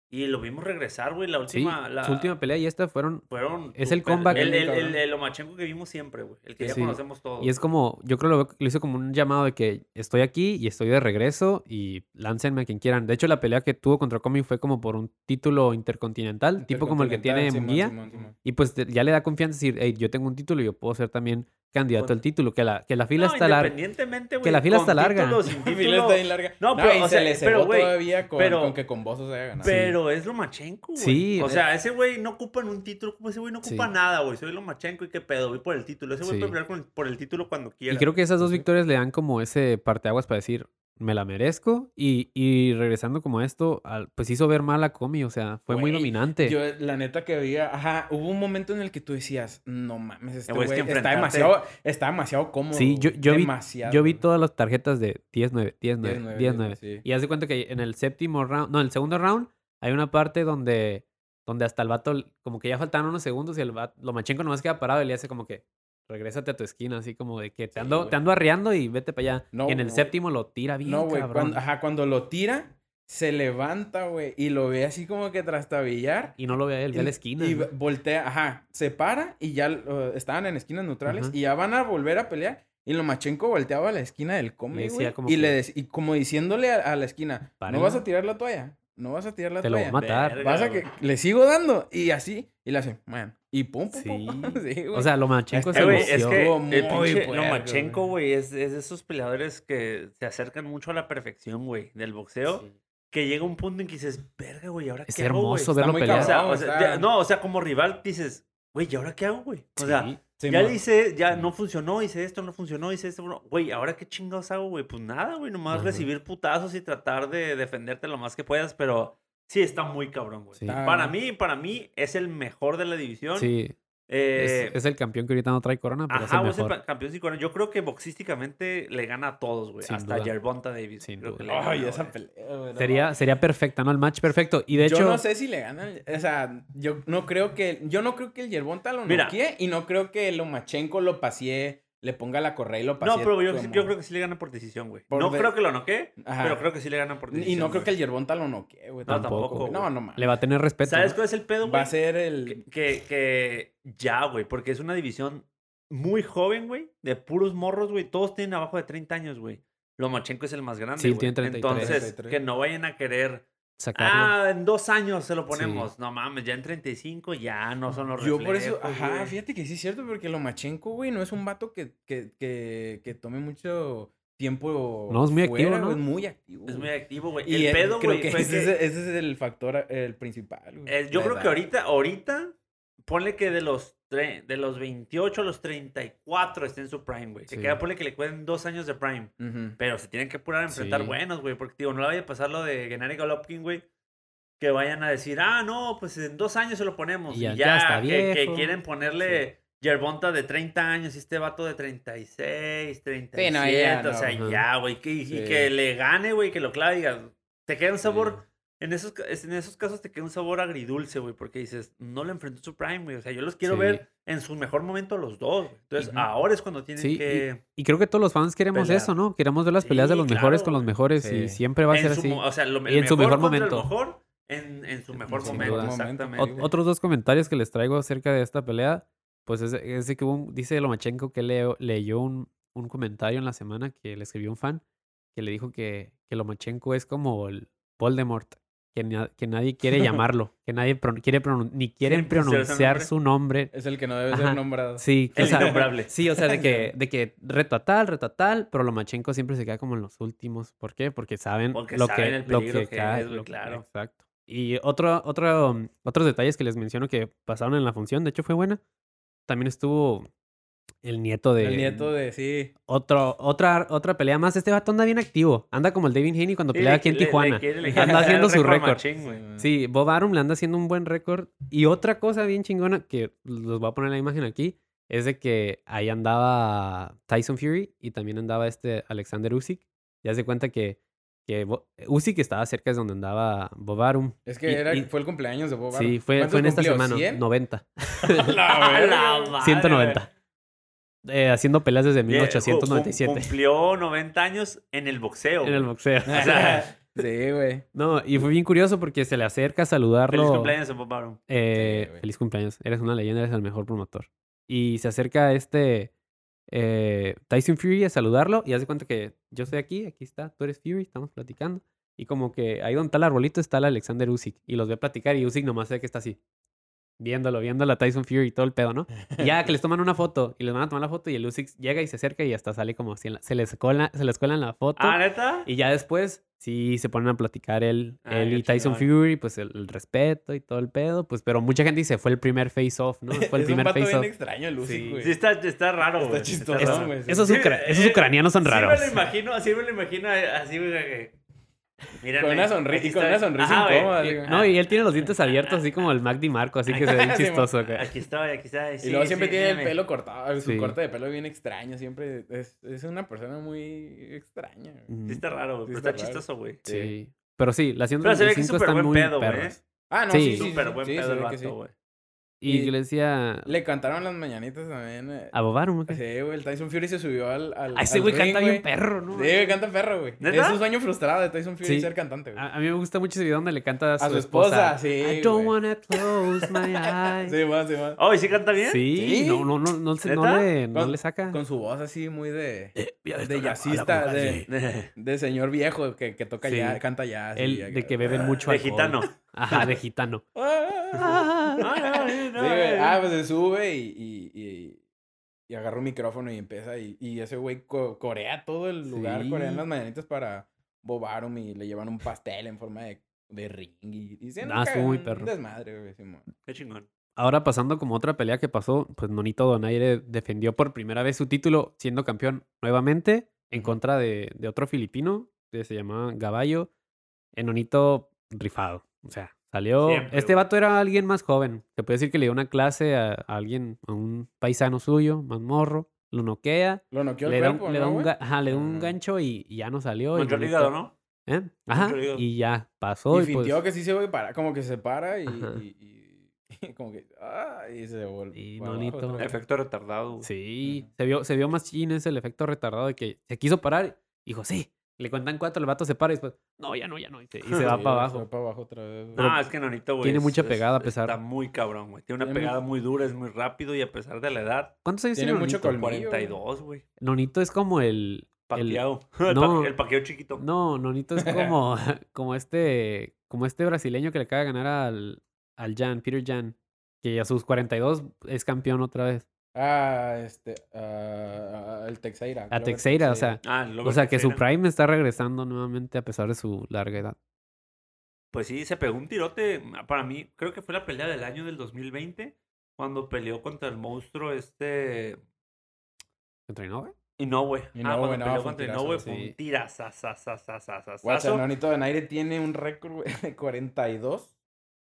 Y lo vimos regresar, güey. La Sí, última. la- su última pelea y esta fueron Fueron. es su el pe- comeback. Eh, El, el, Cabrón. el- el Lomachenko que vimos siempre, güey. El que ya Sí. conocemos todos. Y es como, yo creo que lo, lo hizo como un llamado de que estoy aquí y estoy de regreso y láncenme a quien quieran. De hecho, la pelea que tuvo contra Comey fue como por un título intercontinental, tipo como el que tiene Intercontinental, Munguía. Simón, Simón, (laughs) Simón. Y pues te- ya le da confianza decir, hey, yo tengo un título y yo puedo ser también candidato al Con- título. Que la, que la No, fila está larga. Independientemente, güey. (laughs) la fila con está larga. título, sin La fila título, está bien larga. No, No, pero, y o se sea, le pero, cebó güey, todavía con, pero- con que con Bozo se haya ganado. Pero es Lomachenko, güey. Sí, O eh. sea, ese güey no ocupa ni un título. Como ese güey no Sí. ocupa nada, güey. Soy Lomachenko y qué pedo. Voy por el título. Ese güey Sí. puede pelear con- por el título cuando quiera. Y creo que esas dos Ujú. victorias le dan como ese parteaguas para decir, me la merezco. Y, y regresando como a esto, al- pues hizo ver mal a Comey. O sea, fue muy Güey, dominante. Yo, la neta que veía, ajá, hubo un momento en el que tú decías, no mames, este Güey, güey es que está enfrentarte- demasiado, está demasiado cómodo. Sí, yo- güey, yo vi- demasiado, Yo vi güey. todas las tarjetas de 10-9, 10-9, 10-9, 10-9. sí. Y hace cuenta que en el séptimo round, no, en el segundo round, hay una parte donde, donde hasta el vato, como que ya faltaban unos segundos y el vato, Lomachenko nomás queda parado y le hace como que, regrésate a tu esquina, así como de que te Sí, ando, güey. te ando arreando y vete para allá. No, y en el güey. séptimo lo tira bien, No, güey, cabrón. cuando, ajá, cuando lo tira, se levanta, güey, y lo ve así como que trastabillar. Y no lo ve a él, ve a la esquina. Y güey. voltea, ajá, se para y ya eh, estaban en esquinas neutrales Ajá. y ya van a volver a pelear. Y Lomachenko volteaba a la esquina del come, decía güey. como Y, que- le dec- y como diciéndole a, a la esquina, Párenla. no vas a tirar la toalla, no vas a tirar la Te lo va toalla. a matar. Verga, vas a que güey. le sigo dando y así. Y le hace, man, y pum, pum, Sí. pum. (laughs) Sí, O sea, Lomachenko Este Eh, Pues güey, se lució. es que Estuvo el muy pinche puerco, Lomachenko, güey, es, es de esos peleadores que se acercan mucho a la perfección, güey, del boxeo. Que llega un punto en que dices, verga, güey, ¿ahora Es qué hago, güey?" hermoso Está verlo O muy pelear. sea, cabrón, o sea, o sea- ya- no, o sea, como rival dices, güey, ¿y ahora qué hago, güey? O sea, Sí. Sí, ya mo- le hice, ya no funcionó, hice esto, no funcionó, hice esto, bueno, güey, ¿ahora qué chingados hago, güey? Pues nada, güey, nomás Ajá. recibir putazos y tratar de defenderte lo más que puedas, pero sí está muy cabrón, güey. Sí. Está- Para mí, para mí, es el mejor de la división. Sí, Eh, es, es el campeón que ahorita no trae corona, pero es Ajá, el güey, es el mejor. pa- campeón sin corona. Yo creo que boxísticamente le gana a todos, güey. Sin Hasta duda. Yerbonta Davis. Sin creo que duda. le gana, Ay, esa güey. pelea, güey, no Sería, sería perfecta, ¿no? El match perfecto. Y de yo hecho, no sé si le ganan. O sea, yo no creo que. Yo no creo que el Yerbonta lo Mira. noquee y no creo que Lomachenko lo pasee, le ponga la correa y lo pasee. No, pero yo, como- yo creo que sí le gana por decisión, güey. Por No de- creo que lo noquee, Ajá. pero creo que sí le gana por decisión. Y no creo que güey. el Yerbonta lo noquee, güey. No, tampoco. tampoco, güey. No, no mames. le va a tener respeto. ¿Sabes ¿no? cuál es el pedo, Va güey? a ser Que, el. que, que ya, güey, porque es una división muy joven, güey, de puros morros, güey. Todos tienen abajo de 30 años, güey. Lomachenko es el más grande. Sí, güey. tiene 33. Entonces, 33. que no vayan a querer. Sacarlo. Ah, en dos años se lo ponemos. No mames, ya en 35 ya no son los Yo por reflejos, eso. Ajá, güey. fíjate que sí es cierto, porque Lomachenko, güey, no es un vato que, que, que, que tome mucho tiempo. No, es muy activo, fuera, ¿no? güey, Es muy activo. Es muy güey. activo, güey. Y El eh, pedo, creo güey, que Eh, fue ese, que- es- e, ese es el factor, el principal. güey. el- yo La creo que edad. ahorita, ahorita, ponle que de los, tre- de los 28 a los 34 esté en su prime, güey. Se Sí. queda, ponle que le cueden dos años de prime. Ujú. Pero se tienen que apurar a enfrentar Sí. buenos, güey. Porque, digo, no le vaya a pasar lo de Gennady Golovkin, güey. Que vayan a decir, ah, no, pues en dos años se lo ponemos. Y Y ya- ya, ya está que, que viejo. quieren ponerle Yerbonta de 30 años y este vato de 36, 37. no, ya O sea, no. ya, güey. que- Y Sí. que le gane, güey, que lo clave y diga, te queda un sabor... Sí. En esos, ca- es- en esos casos te queda un sabor agridulce, güey, porque dices, no le enfrentó su prime, güey. O sea, yo los quiero Sí. ver en su mejor momento a los dos. güey. Entonces, Ujú. ahora es cuando tienen Sí, y- que... Y creo que todos los fans queremos Pelea. eso, ¿no? Queremos ver las peleas de Sí, los mejores claro, con los güey. mejores y Sí. siempre va a en ser su así. mo- o sea, lo, Y en su mejor contra el momento. mejor en, en su mejor Sin momento, duda. exactamente. Momento. Ot- otros dos comentarios que les traigo acerca de esta pelea, pues es, es de que hubo un- dice Lomachenko que leo- leyó un, un comentario en la semana que le escribió un fan que le dijo que, que Lomachenko es como el Voldemort, que, na- que nadie (laughs) quiere llamarlo, que nadie pro- quiere pronun- ni quieren pronunciar ese pronunciar nombre. su nombre. (laughs) Es el que no debe Ajá. ser nombrado. Sí, o El sea, innombrable. Sí, o sea, de (laughs) que, de que reto a tal, reto a tal, pero Lomachenko siempre se queda como en los últimos. ¿Por qué? Porque saben Porque lo saben que, el lo peligro que que cae. es, güey, lo que- claro. Exacto. Y otro, otro, um, otros detalles que les menciono que pasaron en la función, de hecho fue buena. También estuvo el nieto de... El nieto de sí. Otro, otra, otra pelea más. Este vato anda bien activo. Anda como el David Haney cuando Sí, peleaba le- aquí en le- le Tijuana. quiere- le quiere Anda quitar haciendo el su récord a récord. Machín, (laughs) güey. Sí, Bob Arum le anda haciendo un buen récord. Y otra cosa bien chingona, que los voy a poner la imagen aquí, es de que ahí andaba Tyson Fury y también andaba este Alexander Usyk. Ya se cuenta que, que Bo- Usyk estaba cerca de donde andaba Bob Arum. Es que Y- era, y- fue el cumpleaños de Bob Arum. Sí, fue, ¿Cuántos fue en esta cumplió? semana, ¿Cien? 90, (laughs) La A verga, la (laughs) güey. madre, 190. Eh, haciendo peleas desde uh, güey. Yeah, 1897 cum- Cumplió 90 años en el uh, boxeo. en el güey. boxeo. O sea, Sí, (laughs) güey. No, y fue bien curioso porque se le acerca a saludarlo. feliz cumpleaños a Bob Arum. Eh, Sí, güey. feliz cumpleaños. Eres una leyenda, eres el mejor promotor. Y se acerca este eh, Tyson Fury a saludarlo y hace cuenta que yo estoy aquí, aquí está, tú eres Fury, estamos platicando. Y como que ahí donde está el arbolito está el Alexander Usyk. Y los ve platicar y Usyk nomás ve que está así. Viéndolo, viéndolo a Tyson Fury y todo el pedo, ¿no? Y ya que les toman una foto y les van a tomar la foto y el Usyk llega y se acerca y hasta sale como si en la- se, les cola, se les cola en la foto. Ah, ¿neta? Y ya después, sí, se ponen a platicar él, Ah, él qué y Tyson chingón. Fury, pues el, el respeto y todo el pedo, pues, pero mucha gente dice, fue el primer face-off, ¿no? Fue el es un primer vato bien face-off. extraño el Uzi, Sí. güey. Sí, está, está raro, Está güey. chistoso, raro. güey. Esos, Sí, ucra- eh, esos ucranianos son raros. Sí me lo imagino, así me lo imagino, así, güey, que... Mírame, Con una sonri- aquí y con estoy. una sonrisa Ajá, güey. Ah, incómoda, digo. No, y él tiene los dientes abiertos, así como el Mac DiMarco, así que (laughs) se ve bien Sí, mo. chistoso. acá. Aquí estoy, aquí estoy. y luego siempre tiene el pelo cortado, su Sí. corte de pelo bien extraño, siempre es, es una persona muy extraña. güey. Mm, Sí está raro, güey, Sí pero está está, raro. chistoso, güey. Sí. Pero sí, la Pero se ve que es 135 súper están buen muy pedo, güey. ¿eh? perros. Ah, no, Sí. sí, sí, sí, Súper sí, buen sí, se pedo el ve que sí. vato, güey. Y Y- yo le decía... Le cantaron las mañanitas también. eh. ¿A Bobarum? Sí, güey, el Tyson Fury se subió al. al A Ah, ese al güey ring, canta bien perro, ¿no? Sí, güey, canta perro, güey. ¿Neta? Es un sueño frustrado de Tyson Fury Sí. Ah. ser cantante, güey. A, a mí me gusta mucho ese video donde le canta a su, A su esposa, sí, I güey. don't wanna close my (laughs) eyes. Sí, más, sí, más. Oh, ¿y sí canta bien? Sí, ¿Sí? no, no, no, no, se- no ¿Neta? le, no Con- le Ah. saca. Con su voz así muy de. de a la jazzista, bruja, de, (laughs) de señor viejo que, que toca Sí. ya, canta ya. así, El- acá. de que beben mucho Ah, De alcohol. gitano. (laughs) Ajá, de gitano. Ah, sí, güey. Ah, pues se sube y, y, y, y agarra un micrófono y empieza. Y, y ese güey co- corea todo el lugar, Sí. corean las mañanitas para Bobarum y le llevan un pastel en forma de, de ring. Y dicen, Ah, estuvo muy perro. desmadre, güey. Simón. Qué chingón. Ahora pasando como otra pelea que pasó, pues Nonito Donaire defendió por primera vez su título siendo campeón nuevamente en contra de, de otro filipino que se llamaba Gaballo. En Nonito rifado. O sea, salió... Siempre, este güey. vato era alguien más joven. Se puede decir que le dio una clase a, a alguien, a un paisano suyo, más morro. Lo noquea. Lo noqueó el Le da, un- cuerpo, le ¿no, da un, güey? ga- ajá, le da un Ajá. gancho y, y ya no salió. y Mucho Nonito- hígado, ¿no? ¿Eh? Ajá. Mucho hígado. Y ya pasó. Y Y, pues, fintió que sí se güey, para, como que se para y, Ajá. y, y- (laughs) como que. Ah, y se volvió. Y Nonito. Efecto retardado. güey. Sí, Ujú. se vio, se vio más chin ese el efecto retardado de que se quiso parar. Dijo, sí. Le cuentan cuatro, el vato se para y después, no, ya no, ya no. Y se, y se (laughs) va Sí, para Se va abajo. pues para abajo otra vez. güey. Pero No, es que Nonito, güey. tiene es- mucha es- pegada, a pesar- Está muy cabrón, güey. Tiene una Tiene pegada mu- muy dura, es muy rápido y a pesar de la edad, ¿Cuántos años tiene, Tiene mucho Nonito? colmillo. 42, güey. Nonito es como el. el Paqueado. (laughs) El, No. pa- el paqueo chiquito. no, Nonito (laughs) es como, (laughs) como este. Como este brasileño que le acaba de ganar al, al Jan, Peter Jan. Que a sus 42 es campeón otra vez. Ah, este. ah, el Texeira. A Glover Texeira, o sea. Ah, luego O sea, que su Teixeira. prime está regresando nuevamente a pesar de su larga edad. Pues sí, se pegó un tirote. Para mí, creo que fue la pelea del año del 2020, cuando peleó contra el monstruo este ¿Entrenó, güey? Inoue. Ah, Inoue, cuando no, peleó fue un contra tirazo, Inoue fue sí. un tirazazazazazazazazo. Guacha, el Nonito Donaire tiene un récord güey, de 42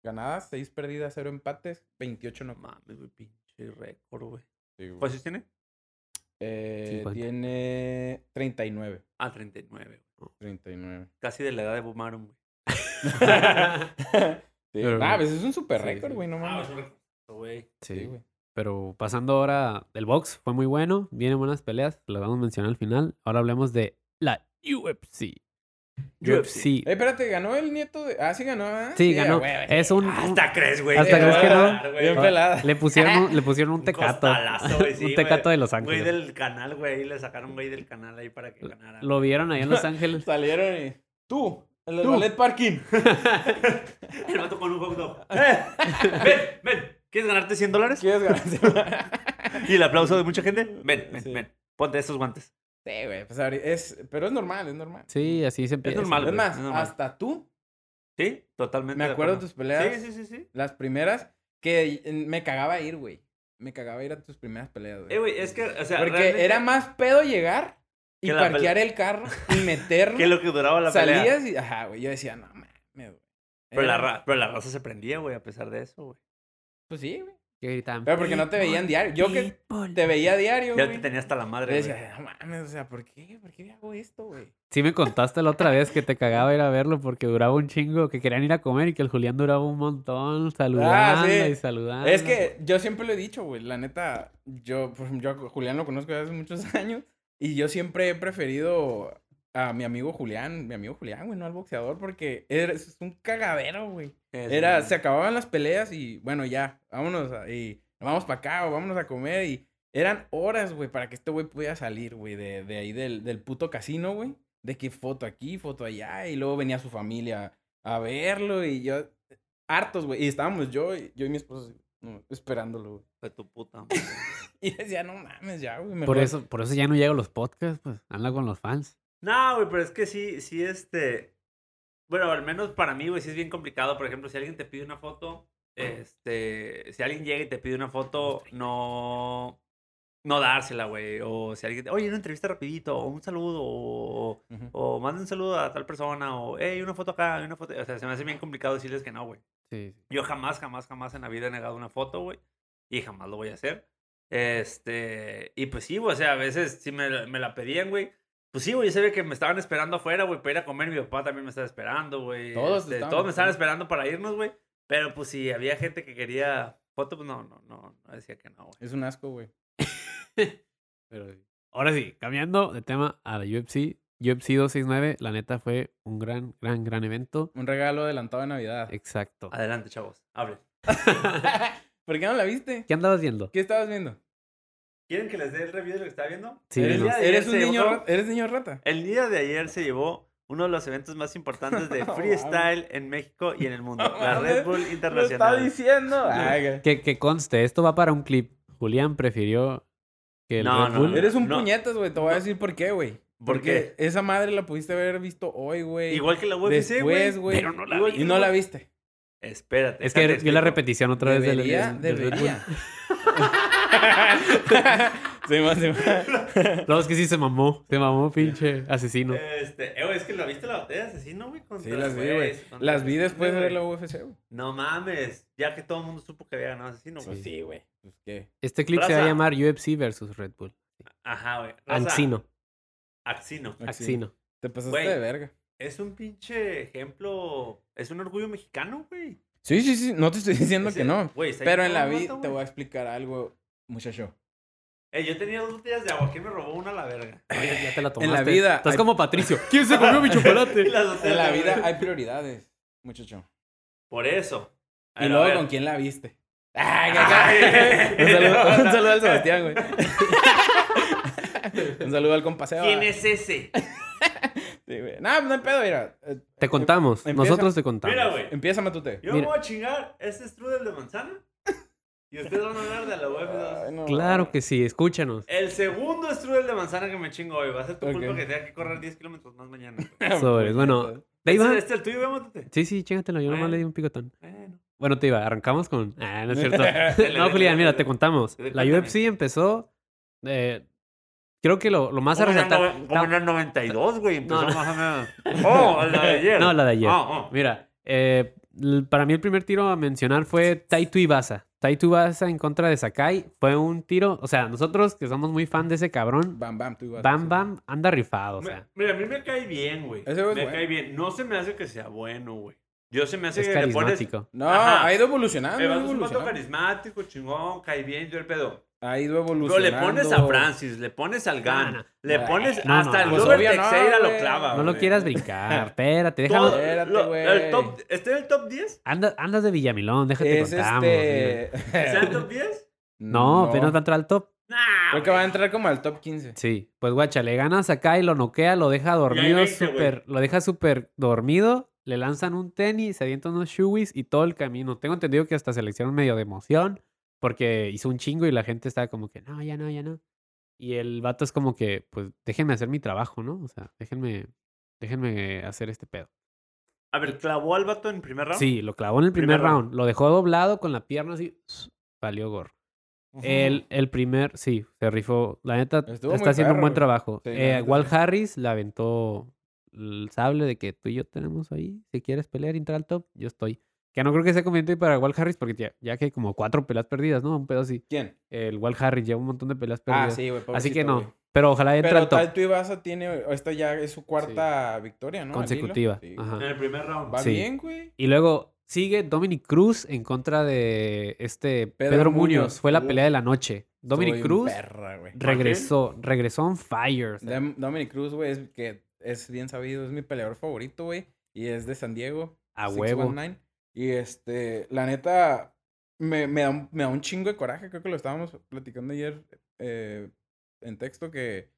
ganadas, 6 perdidas, 0 empates, 28 no. Mames, güey, pinche récord, güey. Sí, güey. ¿Cuántos tiene? Eh, 50. tiene 39. Ah, 39. güey. 39. Casi de la edad de Bumarum, güey. Sí. Pero- Ah, pues es un super Sí, récord, sí. güey, no Ah, mames. es un récord, güey. Sí, güey. Pero pasando ahora, el box fue muy bueno, vienen buenas peleas, las vamos a mencionar al final. Ahora hablemos de la UFC. UFC. Eh, espérate, ganó el nieto de. Ah, sí ganó, ¿verdad? Sí, ganó. güey, güey. Es Ah. un. un- Hasta crees, güey. Hasta Te crees voy que a no. dar, güey. Bien pelada. (laughs) Le pusieron, un- le pusieron un tecato. costalazo, güey, sí, (laughs) un tecato güey. de Los Güey Ángeles. del canal, güey. Ahí le sacaron güey del canal ahí para que ganara. Lo vieron ahí en Los Ángeles. Salieron y. Tú, el del Tú. ballet parking. El vato con un hot (laughs) dog. ¡Eh! ven, ven. ¿Quieres ganarte 100 dólares? ¿Quieres ganar? (laughs) Y el aplauso de mucha gente. Ven, ven, Sí. ven. Ponte estos guantes. sí, güey. Pues ahorita es. Pero es normal, es normal. Sí, así se empieza. normal. güey, es más, es normal. hasta tú. Sí, totalmente. Me acuerdo de tus peleas. Sí, sí, sí, sí. Las primeras que eh, me cagaba ir, güey. Me cagaba ir a tus primeras peleas, güey. Eh, güey, es que, o sea, Porque realmente- era más pedo llegar y Que la pele- parquear el carro (laughs) y meterlo. ¿Qué es lo (laughs) que duraba la pelea? salías y. Ajá, güey. Yo decía, no mames, güey. Pero la, Era- ra- pero la raza se prendía, güey, a pesar de eso, güey. Pues sí, güey. Que gritaban, Pero porque no te veían diario. Yo que "Pitbull". te veía diario, Ya güey. te tenía hasta la Yo madre, güey. decía, no mames, o sea, ¿por qué? ¿Por qué hago esto, güey? Sí me contaste la otra vez que te cagaba ir a verlo porque duraba un chingo, que querían ir a comer y que el Julián duraba un montón Ah, saludando sí. y saludando. Es que yo siempre lo he dicho, güey. La neta, yo, por ejemplo, yo a Julián lo conozco desde hace muchos (laughs) años. Y yo siempre he preferido a mi amigo Julián, mi amigo Julián, güey, no al boxeador, porque era- es un cagadero, güey. Es- Era, se acababan las peleas y bueno, ya, vámonos a- y vamos para acá o vámonos a comer. Y eran horas, güey, para que este güey pudiera salir, güey, de, de ahí del, del puto casino, güey. De que foto aquí, foto allá. Y luego venía su familia a verlo y yo, hartos, güey. Y estábamos yo, y- yo y mi esposo así, no, esperándolo, güey. (laughs) de tu puta. madre. Y decía, no mames, ya, güey. Por mejor". eso, por eso ya no llego a los podcasts, pues. Anda con los fans. No, güey, pero es que sí, sí, este. Bueno, al menos para mí, güey, sí es bien complicado. Por ejemplo, si alguien te pide una foto, este. Si alguien llega y te pide una foto, no. No dársela, güey. O si alguien. te- Oye, una entrevista rapidito, o un saludo, o. Ujú. O manda un saludo a tal persona, o. Hey, una foto acá, una foto. O sea, se me hace bien complicado decirles que no, güey. Sí. Yo jamás, jamás, jamás en la vida he negado una foto, güey. Y jamás lo voy a hacer. Este. Y pues sí, güey. O sea, a veces sí me, la- me la pedían, güey. Pues sí, güey. Yo sabía que me estaban esperando afuera, güey, para ir a comer. Mi papá también me estaba esperando, güey. Todos este, estaban todos me estaban esperando. esperando para irnos, güey. Pero pues si había gente que quería foto, pues no, no, no. No decía que no, güey. Es un asco, güey. Pero sí. Ahora sí, cambiando de tema a la UFC. UFC 269, la neta fue un gran, gran, gran evento. Un regalo adelantado de Navidad. Exacto. Ah. Adelante, chavos. Hablen. (laughs) ¿Por qué no la viste? ¿Qué andabas viendo? ¿Qué estabas viendo? ¿Quieren que les dé el review de lo que estaba viendo? Sí, El ¿Eres, no. día de ayer eres un se niño, llevó- ra- ¿Eres niño rata? El día de ayer se llevó uno de los eventos más importantes (laughs) de No freestyle en México y en el mundo, No (laughs) la Red mames, Bull Oh, Lo está Internacional. diciendo. Que, que conste, esto va para un clip. Julián prefirió que el No, Red no, Bull- no, Eres un No. puñetas, güey. Te voy a decir por qué, güey. ¿Por Porque esa madre la pudiste haber visto hoy, güey. Igual que la UFC, güey. Después, güey. pero no la Igual Y que no la viste. Espérate. Es que déjate vio la explico. repetición otra vez del- Debería, del, del Red Bull. debería. (laughs) Sí, más, sí, más. No, es que sí se mamó. Se mamó, pinche asesino. Este, eh, güey, es que la viste la batalla de asesino, güey. Sí, contra las vi, güey. juez, contra Las vi asesino, después de Pues, güey. ver la UFC, güey. No mames. Ya que todo el mundo supo que había ganado asesino, güey. Pues sí, güey. Pues qué. Este clip se va a Raza. llamar UFC versus Red Bull. Ajá, güey. Raza, Ancino. Axino. Ah, Axino. Te pasaste Güey. de verga. Es un pinche ejemplo. Es un orgullo mexicano, güey. Sí, sí, sí. No te estoy diciendo Ese- que no. güey, está Pero bien en la cabrón, vi vato, te güey. voy a explicar algo, muchacho. Eh, yo tenía dos botellas de agua. ¿Quién me robó una a la verga? Oye, ya te la tomaste. En la vida Estás hay- como Patricio. ¿Quién se comió (laughs) mi chocolate? (laughs) Las botellas En de la agua. vida hay prioridades, muchacho. Por eso. A Y ver, a luego, ver. ¿con quién la viste? ¡Ah, (laughs) Ay. (laughs) un, (laughs) saludo, un saludo al Sebastián, güey. un saludo al compaseo. ¿Quién es ese? Sí, güey. No, no hay pedo, mira. Eh, Te contamos. Empieza. Nosotros te contamos. Mira, güey. Empieza Matute. Yo Em, Mira. me voy a chingar este strudel de manzana. Y ustedes van a hablar de la UFC. Ay, no. (laughs) Claro que sí, escúchanos. El segundo strudel de manzana que me chingo hoy. Va a ser tu culpa Ok. que tenga que correr 10 kilómetros más mañana. (laughs) güey. Sobres, bueno. De Ah. ahí ¿Este, va. este es el tuyo, vémote. Sí, sí, chéngatelo. Yo nomás Bueno. le di un picotón. Bueno. Bueno, te iba, arrancamos con. Ah, no es (laughs) cierto. dele, no, Julián, mira, dele. te contamos. Dele, La cuéntame. UFC empezó. eh, creo que lo, lo más a Como en el resaltar. noven- Como en el 92, güey. Empezó No, no. más o menos. Oh, la de ayer. (laughs) No, la de ayer. Ah, ah. Mira, eh, l- para mí el primer tiro a mencionar fue Taito Ibasa. Taito Ibasa en contra de Sakai. Fue un tiro. O sea, nosotros que somos muy fan de ese cabrón, Bam, bam, tú igual. Bam Bam anda rifado. O Me- sea, Mira, a mí me cae bien, güey. Ese güey es Me bueno. cae bien. No se me hace que sea bueno, güey. Yo se me hace es que le pones carismático. No, Ajá. ha ido evolucionando. El ha ido vato es un vato evolucionando. carismático, chingón, cae bien, yo el pedo. ha ido Pero evolucionando. le pones a Francis, le pones al Gan, No, no. le pones No, no, hasta el pues Robert obvio no, Teixeira lo güey. clava. No lo Ah, güey. (laughs) quieras brincar, espérate, déjalo. Todo- Espérate, lo- el güey. top, ¿Está en el top 10? Anda- andas de Villamilón, déjate Es contamos. mira. este... ¿Está en el top 10? No, apenas va a entrar al top. Nah, Creo que va a güey. entrar como al top 15. Sí, pues guacha, le ganas acá y lo noquea, lo deja dormido, 20, güey. súper, lo deja súper dormido, le lanzan un tenis, se avientan unos shoeys y todo el camino. Tengo entendido que hasta se le hicieron medio de emoción porque hizo un chingo y la gente estaba como que, no, ya no, ya no. Y el vato es como que, pues déjenme hacer mi trabajo, ¿no? O sea, déjenme, déjenme hacer este pedo. A ver, ¿clavó al vato en primer round? Sí, lo clavó en el primer, Primer round. round. Lo dejó doblado con la pierna así, valió gorro. Ujú. El, el primer, sí, se rifó. La neta Estuvo muy está haciendo un perro, buen güey. trabajo. Sí, la Eh, neta, Wal sí. Harris le aventó el sable de que tú y yo tenemos ahí. Si quieres pelear y entrar al top, yo estoy. Que no creo que sea conveniente para Wal Harris porque ya, ya que hay como cuatro peleas perdidas, ¿no? Un pedo así. ¿Quién? El Wal Harris lleva un montón de peleas Ah, perdidas. sí, güey. así que pobrecito, no. güey. Pero ojalá entre Pero al top Tal Tuivasa tiene, esta ya es su cuarta victoria, ¿no? Al hilo. consecutiva. Sí. Ajá. En el primer round. Va Sí. bien, güey. Y luego sigue Dominic Cruz en contra de este Pedro, Pedro Muñoz. Muñoz. Fue la Uf. pelea de la noche. Dominic Estuvo Cruz bien perra, güey. regresó, regresó on fire. o sea, Dom- Dominic Cruz, güey, es que es bien sabido, es mi peleador favorito, güey. Y es de San Diego. A 619. Y este, la neta, me, me, da un, me da un chingo de coraje. Creo que lo estábamos platicando ayer eh, en texto que,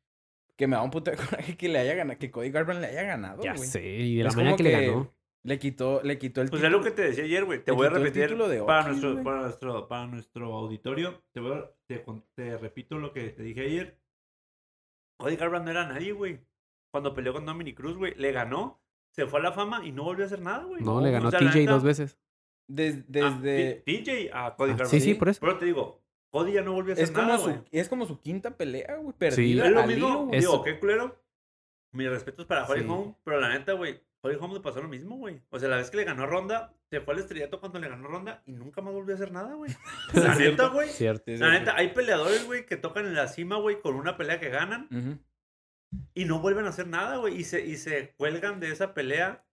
que me da un puto de (laughs) coraje que le haya ganado, que Cody Garbrand le haya ganado, ya Pues, güey. sé, y de la Es manera como que, le ganó. Le quitó, le quitó el Pues es lo que te decía ayer, güey. Te Le voy a quitó el repetir título de para, Oki, nuestro, güey. para, nuestro, para nuestro auditorio. Te, voy a- te, con- te repito lo que te dije ayer. Cody Garbrand no era nadie, güey. Cuando peleó con Dominic Cruz, güey, le ganó, se fue a la fama y no volvió a hacer nada, güey. No, le O ganó sea, la TJ neta, dos veces. Des- a desde... T- TJ a Cody Ah, Garbrand. sí, sí, por eso. Pero te digo, Cody ya no volvió a hacer es, como nada, su, güey. es como su quinta pelea, güey. Perdida Es lo al hilo, mismo, güey. es- digo, qué culero. Mis respetos para Holly Sí. Holm, pero la neta, güey, Holly Holm le pasó lo mismo, güey. O sea, la vez que le ganó a Ronda, se fue al estrellato cuando le ganó a Ronda y nunca más volvió a hacer nada, (laughs) güey. La neta, güey. Cierto. Sí, sí, La sí. neta, hay peleadores, güey, que tocan en la cima, güey, con una pelea que ganan Ujú. y no vuelven a hacer nada, güey. Y se, y se cuelgan de esa pelea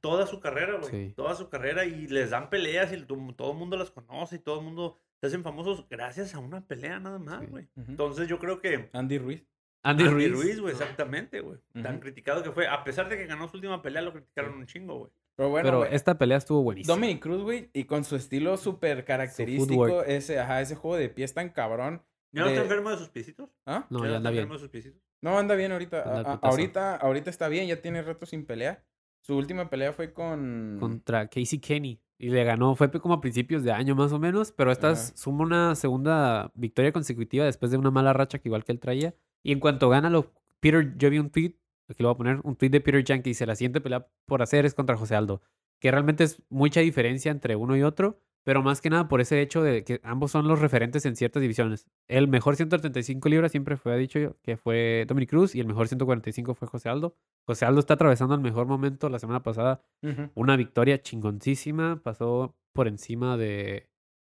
toda su carrera, güey. Sí. Toda su carrera y les dan peleas y tu- todo el mundo las conoce y todo el mundo se hacen famosos gracias a una pelea nada más, Sí. güey. Ujú. Entonces yo creo que Andy Ruiz. Andy, Andy, Ruiz. Ruiz, güey, exactamente, güey. Tan Ujú. criticado que fue. A pesar de que ganó su última pelea, lo criticaron un chingo, güey. Pero bueno, pero güey, esta pelea estuvo buenísima. Dominic Cruz, güey, y con su estilo súper característico, footwork. ese, ajá, ese juego de pies tan cabrón. ¿Ya no está De- enfermo de sus piecitos? ¿Ah? No, ¿Ya ya está anda bien. enfermo de sus piecitos? No, anda bien ahorita. Anda A- al a- putazo. ahorita, ahorita está bien, ya tiene rato sin pelea. Su última pelea fue con. Contra Casey Kenny. Y le ganó, fue como a principios de año más o menos, pero esta Ajá. suma una segunda victoria consecutiva después de una mala racha que igual que él traía. Y en cuanto gana, lo, Peter, yo vi un tweet, aquí lo voy a poner, un tweet de Peter Yang que dice, la siguiente pelea por hacer es contra José Aldo, que realmente es mucha diferencia entre uno y otro, pero más que nada por ese hecho de que ambos son los referentes en ciertas divisiones. El mejor 135 libras siempre fue dicho yo, que fue Dominic Cruz y el mejor 145 fue José Aldo. José Aldo está atravesando el mejor momento la semana pasada Ujú. una victoria chingoncísima. Pasó por encima de, de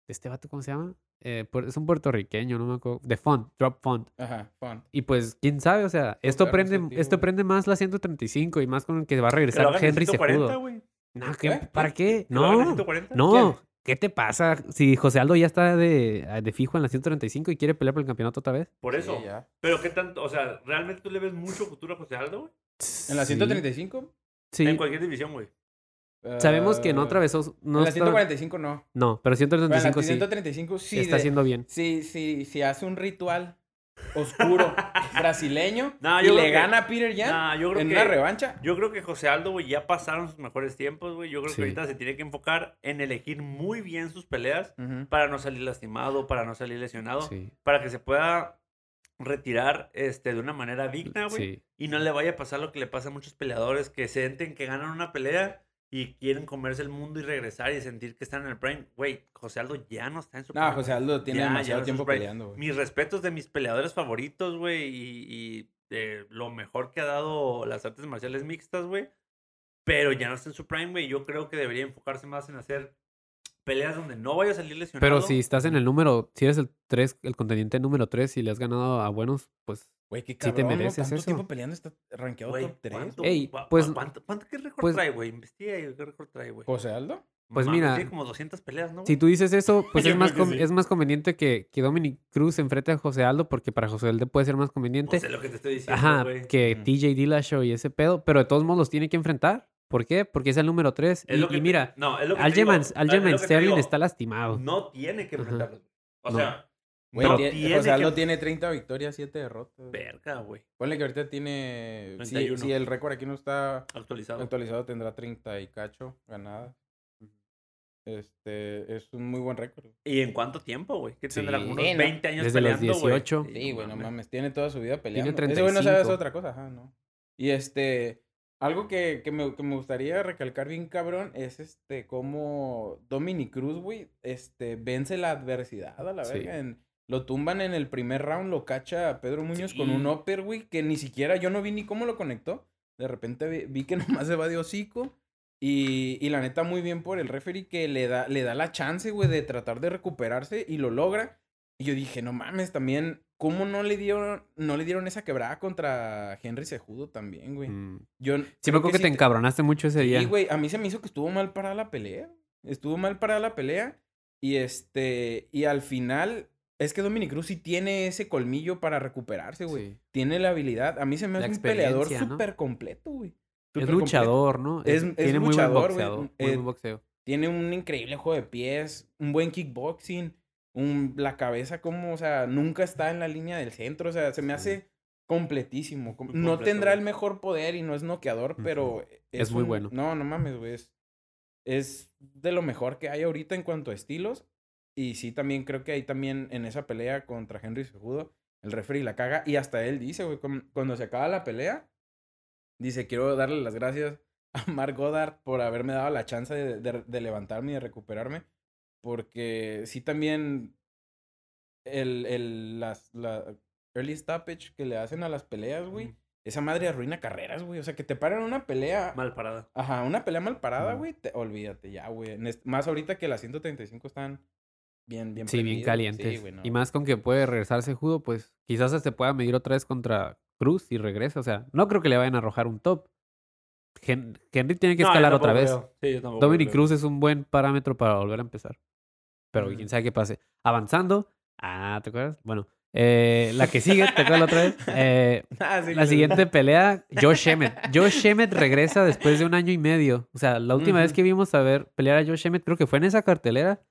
este vato, ¿cómo se llama? Eh, puer- es un puertorriqueño, no me acuerdo. De Font, Drop Font. Ajá, Font. Y pues, quién sabe, o sea, esto perros, prende, el tío, esto güey. prende más la 135 y más con el que va a Que lo regresar hagan en Henry 140, Cejudo. güey. No, ¿qué- ¿Eh? ¿Para qué? Que lo hagan en No, 140. no. ¿Qué te pasa? Si José Aldo ya está de, de fijo en la 135 y quiere pelear por el campeonato otra vez. Por Sí, eso. ya. Pero qué tanto, o sea, ¿realmente tú le ves mucho futuro a José Aldo, güey? En la Sí, 135. Sí. En cualquier Ah, división, güey. Sabemos que no eh, atravesó. No, en la está- 145 no. no, pero Pero en la 135 sí. 135 sí. está de- haciendo bien. Si, si, si hace un ritual (laughs) oscuro brasileño No, y yo le creo que- gana a Peter Yan Nah, yo creo en que... una revancha, Yo creo que José Aldo, güey, ya pasaron sus mejores tiempos, güey. Yo creo Sí. que ahorita se tiene que enfocar en elegir muy bien sus peleas Ujú. para no salir lastimado, para no salir lesionado. Sí. para que se pueda retirar este, de una manera digna, güey. Sí. Y no le vaya a pasar lo que le pasa a muchos peleadores que sienten que ganan una pelea y quieren comerse el mundo y regresar y sentir que están en el prime. Güey, José Aldo ya no está en su No, José Aldo tiene Ya, ya demasiado no tiempo sufre. peleando, güey. Mis respetos de mis peleadores favoritos, güey, y, y de lo mejor que ha dado las artes marciales mixtas, güey. Pero ya no está en su prime, güey. Yo creo que debería enfocarse más en hacer peleas donde no vaya a salir lesionado. Pero si estás en el número, si eres el tres, el contendiente número 3 y le has ganado a buenos, pues, Güey, qué te cabrón, ¿no? mereces Tanto eso. tiempo peleando está rankeado Güey, top 3. ¿cuánto, Ey, cua- pues- cuánto- cuánto- qué récord pues- trae, güey? Investiga ahí, qué récord trae, güey. ¿José Aldo? Pues Mames, mira, Tiene como 200 peleas, ¿no? Si tú dices eso, pues Yo es más, creo que con- sí. es más conveniente que, que Dominic Cruz enfrente a José Aldo, porque para José Aldo puede ser más conveniente. O sea, Pues lo que te estoy diciendo, Ajá, güey. que Ujú. TJ Dillashaw y ese pedo, pero de todos modos los tiene que enfrentar. ¿Por qué? Porque es el número 3. Es Y, lo que y te- mira, no, es lo que te digo, Algerman es lo que te Sterling digo, está lastimado. No tiene que Ajá. enfrentarlos. O No. sea, Güey, No, tie- tiene José Aldo que- tiene 30 victorias, 7 derrotas. verga, güey. Ponle que ahorita tiene... si- 31. Si, el récord aquí no está Actualizado. actualizado, tendrá 30 y cacho ganadas. Este, es un muy buen récord. ¿Y en cuánto tiempo, güey? Que Sí. tendrá algunos Sí, no. 20 años Desde los peleando, güey. 18. Sí, güey, no mames. Tiene toda su vida peleando. Tiene Ese güey no sabe 35. hacer otra cosa, ajá, ¿no? Y este, algo que, que me, que me gustaría recalcar bien cabrón es este, cómo Dominic Cruz, güey, este, vence la adversidad a la Sí. verga. en- lo tumban en el primer round, lo cacha Pedro Muñoz con un Sí. upper, güey, que ni siquiera, yo no vi ni cómo lo conectó. De repente vi, vi que (laughs) nomás se va de hocico. Y, y la neta, muy bien por el referee que le da, le da la chance, güey, de tratar de recuperarse y lo logra. Y yo dije, no mames, también, ¿cómo no le dieron, no le dieron esa quebrada contra Henry Sejudo también, güey? Mm. Yo Sí, creo me acuerdo que, te sí encabronaste mucho ese día. Sí, güey, a mí se me hizo que estuvo mal para la pelea. Estuvo mal para la pelea. Y este, y al final, es que Dominic Cruz sí tiene ese colmillo para recuperarse, güey. Sí. Tiene la habilidad. A mí se me La hace un peleador experiencia, ¿no? súper completo, güey. Es Supercompleto. luchador, ¿no? Es- es tiene muy buen luchador, güey. boxeador. muy Eh, buen boxeo. Tiene un increíble juego de pies, un buen kickboxing, un, la cabeza como, o sea, nunca está en la línea del centro, o sea, se me Sí. hace completísimo. com- Muy No completo, tendrá güey. el mejor poder y no es noqueador, Ujú. pero... Es muy un- bueno. No, no mames, güey. Es, es de lo mejor que hay ahorita en cuanto a estilos. Y sí, también creo que ahí también en esa pelea contra Henry Sejudo, el referee la caga. Y hasta él dice, güey, cuan- cuando se acaba la pelea, dice, quiero darle las gracias a Mark Goddard por haberme dado la chance de, de- de levantarme y de recuperarme. Porque sí también el, el, las, la early stoppage que le hacen a las peleas, güey. Ujú. Esa madre arruina carreras, güey. O sea, que te paran una pelea. Mal (laughs) parada. Ajá, una pelea mal parada, Ujú. güey. te- Olvídate ya, güey. En est- Más ahorita que las 135 están bien, bien Sí, prendidas, bien güey. calientes. pues, Sí, güey, no. Y más con que puede regresarse judo, pues quizás se pueda medir otra vez contra Cruz y regresa. O sea, no creo que le vayan a arrojar un top. Hen- Henry tiene que No, yo escalar otra tampoco vez. creo. Sí, yo tampoco Dominic creo. Cruz es un buen parámetro para volver a empezar. Pero Ujú. quién sabe qué pase. Avanzando. Ah, ¿te acuerdas? Bueno, eh, la que sigue, ¿te acuerdas la otra vez? Eh, Ah, sí, la claro. (laughs) siguiente pelea, Josh Emmett. Josh Emmett regresa después de un año y medio. O sea, la última vez Ujú. que vimos a ver pelear a Josh Emmett, creo que fue en esa cartelera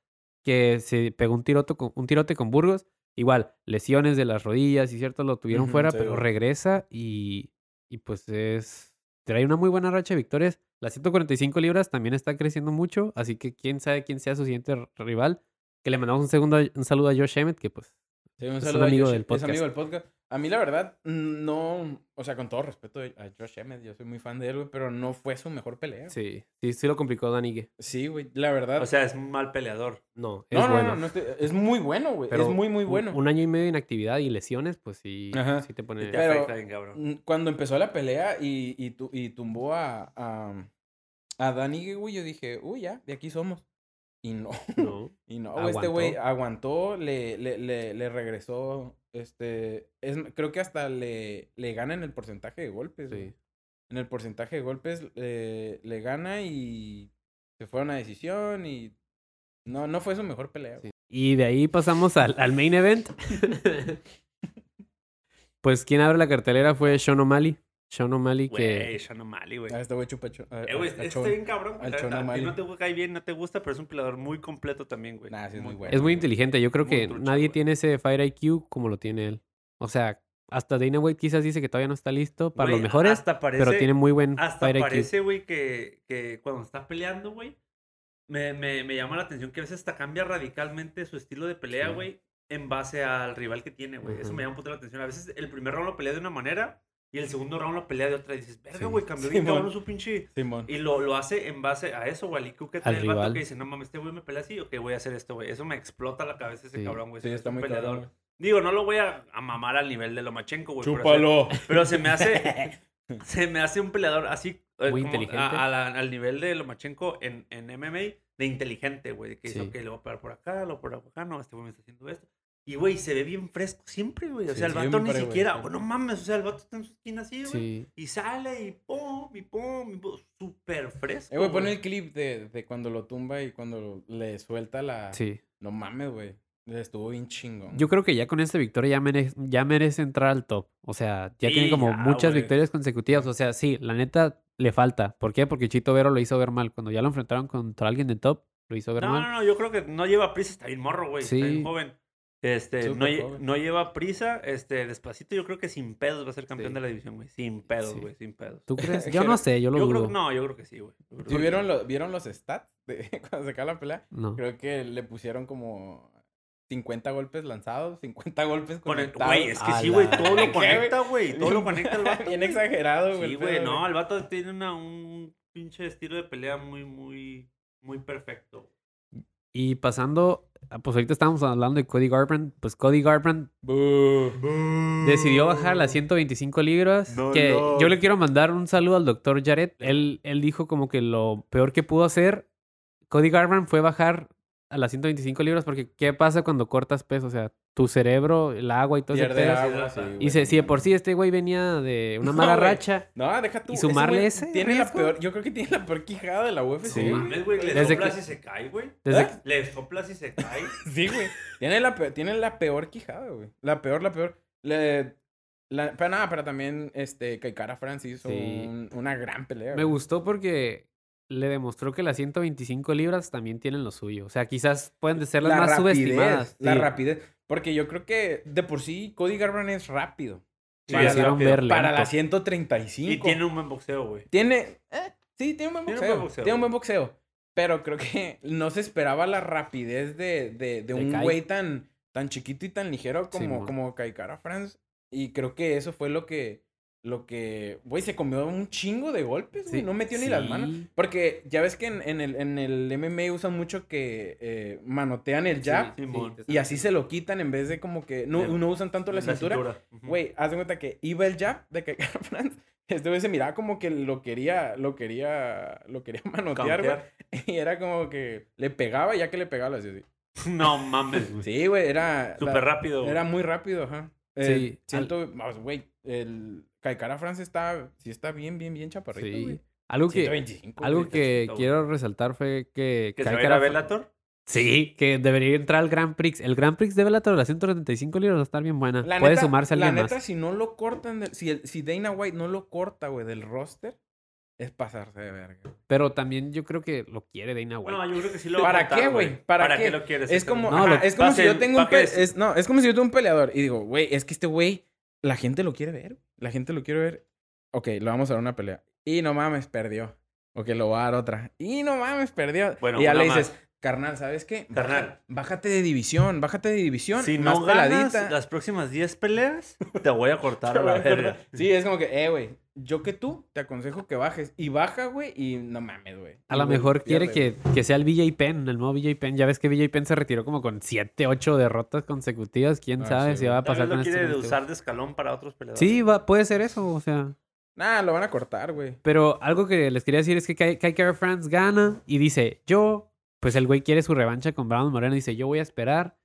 que se pegó un, tiroto con, un tirote con Burgos. Igual, lesiones de las rodillas y cierto, lo tuvieron Ujú, fuera, sí. pero regresa y, y pues es... Trae una muy buena racha de victorias. Las 145 libras también está creciendo mucho, así que quién sabe quién sea su siguiente r- rival. Que le mandamos un, segundo, un saludo a Josh Emmett, que pues... Sí, un Es saludo un a amigo Josh- del Es podcast. amigo del podcast. A mí, la verdad, no. O sea, con todo respeto a Josh Emmett, yo soy muy fan de él, güey, pero no fue su mejor pelea. Sí, Sí, sí, sí lo complicó Danigue. güey. La verdad. O sea, es un mal peleador. No, es no, no, bueno. no, no estoy- Es muy bueno, güey. Es Pero muy, muy un- bueno. Un año y medio de inactividad y lesiones, pues sí, Ajá. sí te Y pone. te Pero- afecta bien, cabrón. Mm, Cuando empezó la pelea y, y, tu- y tumbó a, a, a Danny, güey, yo dije, uy, ya, de aquí somos. Y no, (laughs) No. y no, güey, este güey Aguantó. aguantó, le, le, le, le regresó, este, es, m- creo que hasta le, le gana en el porcentaje de golpes. güey. Sí. En el porcentaje de golpes eh, le gana y se fue a una decisión y no, no fue su mejor pelea. güey. sí. Y de ahí pasamos al, al main event. (laughs) pues quien abre la cartelera fue Sean O'Malley. Sean O'Malley Güey, que. Sean O'Malley, güey. A este güey chupacho. a- Eh, güey, a- a este Chon. bien cabrón. güey. al La Sean neta, A ti no O'Malley. te cae bien, no te gusta, pero es un peleador muy completo también, güey. Nah, sí, es muy bueno. Es muy inteligente. Yo creo Muy que trucho, nadie güey. tiene ese Fire IQ como lo tiene él. O sea, hasta Dana White quizás dice que todavía no está listo para Güey, los mejores, Hasta parece, pero tiene muy buen hasta Fire IQ. parece, güey, que, que cuando está peleando, güey, me, me, me llama la atención que a veces hasta cambia radicalmente su estilo de pelea, Sí. güey, en base al rival que tiene, güey. Eso Ujú. me llama un puto la atención. A veces el primer round lo pelea de una manera y el segundo round lo pelea de otra. Y dices, verga, Sí. güey, cambió Sí, bien mon. cabrón su pinche... Simón. Y lo, lo hace en base a eso, güey, al IQ que Al tiene el vato rival. que dice, no mames, este güey me pelea así, ok, voy a hacer esto, güey. Eso me explota la cabeza ese Sí. cabrón, güey. Sí, pues, Es está un muy peleador. cabrón. Digo, no lo voy a, a mamar al nivel de Lomachenko, güey. güey. pero se- Pero, se me hace (laughs) se me hace un peleador así eh, Muy como inteligente. a- a la- al nivel de Lomachenko en, en MMA de inteligente, güey, que Sí. dice, ok, le voy a pegar por acá, lo por acá, no, este güey me está haciendo esto. Y, güey, se ve bien fresco siempre, güey. O sea, Sí, el vato ni siempre, güey, siquiera, siempre. oh, no mames, o sea, el vato está en su esquina así, güey. Sí. Y sale y pum, y pum, y pum. Súper fresco. Eh, güey, pon güey. el clip de, de cuando lo tumba y cuando le suelta la... Sí. No mames, güey. Le estuvo bien chingón. Yo creo que ya con esta victoria ya merece, ya merece entrar al top. O sea, ya tiene Sí, como ya, muchas güey. victorias consecutivas. O sea, sí, la neta le falta. ¿Por qué? Porque Chito Vero lo hizo ver mal. Cuando ya lo enfrentaron contra alguien de top, lo hizo ver No, mal. no, no, yo creo que no lleva prisa, está bien morro, güey. Está Sí. bien joven. Este, no, Súper lle- joven. no lleva prisa, este, despacito, yo creo que sin pedos va a ser campeón Sí. de la división, güey. Sin pedos, Sí. güey, sin pedos. (laughs) ¿Tú crees? Yo no sé, yo lo Yo dudo. creo que no, yo creo que sí, güey. Yo creo ¿Sí que vieron, sí. lo- ¿Vieron los stats de (laughs) cuando se acaba la pelea? no. Creo que le pusieron como 50 golpe lanzados, 50 golpes Con el- conectados. Güey, es que A sí, güey, la- todo ¿Qué, lo güey? conecta, güey. Todo lo conecta el (laughs) vato. Bien güey. exagerado, güey. Sí, el güey, pedo, no, el vato tiene una, un pinche estilo de pelea muy, muy, muy perfecto. Y pasando, ah, pues ahorita estábamos hablando de Cody Garbrandt. Pues Cody Garbrandt Mm. decidió bajar a las 125 libras. No, que no. yo le quiero mandar un saludo al doctor Jared. Él, él dijo como que lo peor que pudo hacer Cody Garbrandt fue bajar a las 125 libras porque ¿qué pasa cuando cortas peso? O sea, tu cerebro, el agua y todo ese Pierde pedo. la- agua, sí, Y güey, Y se, si de por no. sí este güey venía de (laughs) una No, mala güey. racha. No, deja tú. ¿Y ese sumarle güey ese Tiene la riesgo? peor, yo creo que tiene la peor quijada de la UFC. Sí. güey. Mames, güey, le Desde soplas que- y se cae, güey. Desde ¿Ah? Le soplas y se cae. Sí, güey. Tiene la peor, tiene la peor quijada, güey. La peor, la peor. Le- la- pero nada, pero también este Kaikara Francis hizo Sí. un- una gran pelea. Me güey. gustó porque le demostró que las 125 libras también tienen lo suyo. O sea, quizás pueden ser las más subestimadas. La Sí. rapidez. Porque yo creo que de por sí Cody Garbrandt es rápido. Sí, Lo para, es la, hicieron rápido. ver para lento. la 135. Y tiene un buen boxeo, güey. Tiene- eh, sí, tiene un buen boxeo. Tiene un buen boxeo. güey. Pero creo que no se esperaba la rapidez de, de, de un Kai. güey tan, tan chiquito y tan ligero como, Simón. como Kaikara Franz. Y creo que eso fue lo que. Lo que. Güey, se comió un chingo de golpes, güey. Sí, No metió ni las manos. sí. Porque ya ves que en, en el, en el MMA usan mucho que eh, manotean el Sí, jab. Simón. te Y así se lo quitan en vez de como que no, Sí. no usan tanto la, cintura. Ujú. Güey, haz de cuenta que iba el jab de que (laughs) Franz. Este güey se miraba como que lo quería, lo quería, lo quería (laughs) manotear, güey. Campear. (laughs) Y era como que le pegaba, ya que le pegaba, lo hacía así. No mames, güey. Sí, güey, era. Súper (laughs) la- rápido. güey. Era muy rápido, ajá. Eh, Sí, al- Siento, vamos, güey, el Caicara Franz está, sí está bien, bien, bien chaparrito, Sí. güey. Algo que, 125, algo güey, que chiquito, güey. quiero resaltar fue que... ¿Que se va a ir Kaikara a fue- Velator? Sí, que debería entrar al Grand Prix. El Grand Prix de Bellator de las 135 libras va a estar bien buena. La Puede neta- sumarse alguien La neta, más. si no lo cortan, del- si, el- si Dana White no lo corta, güey, del roster, es pasarse de verga. Pero también yo creo que lo quiere Dana White. No, yo creo que sí lo va ¿Para a cortar, qué, güey? ¿Para qué? lo quieres? Es como, No, ajá, lo- es como si pase- yo tengo un pa' que pe- es- es- no, es como si yo tengo un peleador y digo, güey, es que este güey, la gente lo quiere ver, la gente lo quiere ver. Ok, lo vamos a dar una pelea. Y no mames, perdió. Ok, lo voy a dar otra. Y no mames, perdió. Bueno, y ya una le dices, carnal, ¿sabes qué? Baja- Carnal. Bájate de división, bájate de división. Si más no ganas peladita". (laughs) las próximas 10 peleas, te voy a cortar a Te la voy a verga. cortar. Sí, es como que, eh, güey, yo que tú te aconsejo que bajes. Y baja, güey, y no mames, güey. A Y, lo güey, mejor quiere pierde, que, que sea el BJ Penn, el nuevo BJ Penn. Ya ves que BJ Penn se retiró como con 7, 8 derrotas consecutivas. ¿Quién Ah, sabe sí, si güey. va a Tal vez pasar con lo este quiere momento. usar de escalón para otros peleadores. Sí, va, puede ser eso, o sea. Nah, lo van a cortar, güey. Pero algo que les quería decir es que Kai Kai Kara France gana y dice, yo, pues el güey quiere su revancha con Brandon Moreno. Dice, yo voy a esperar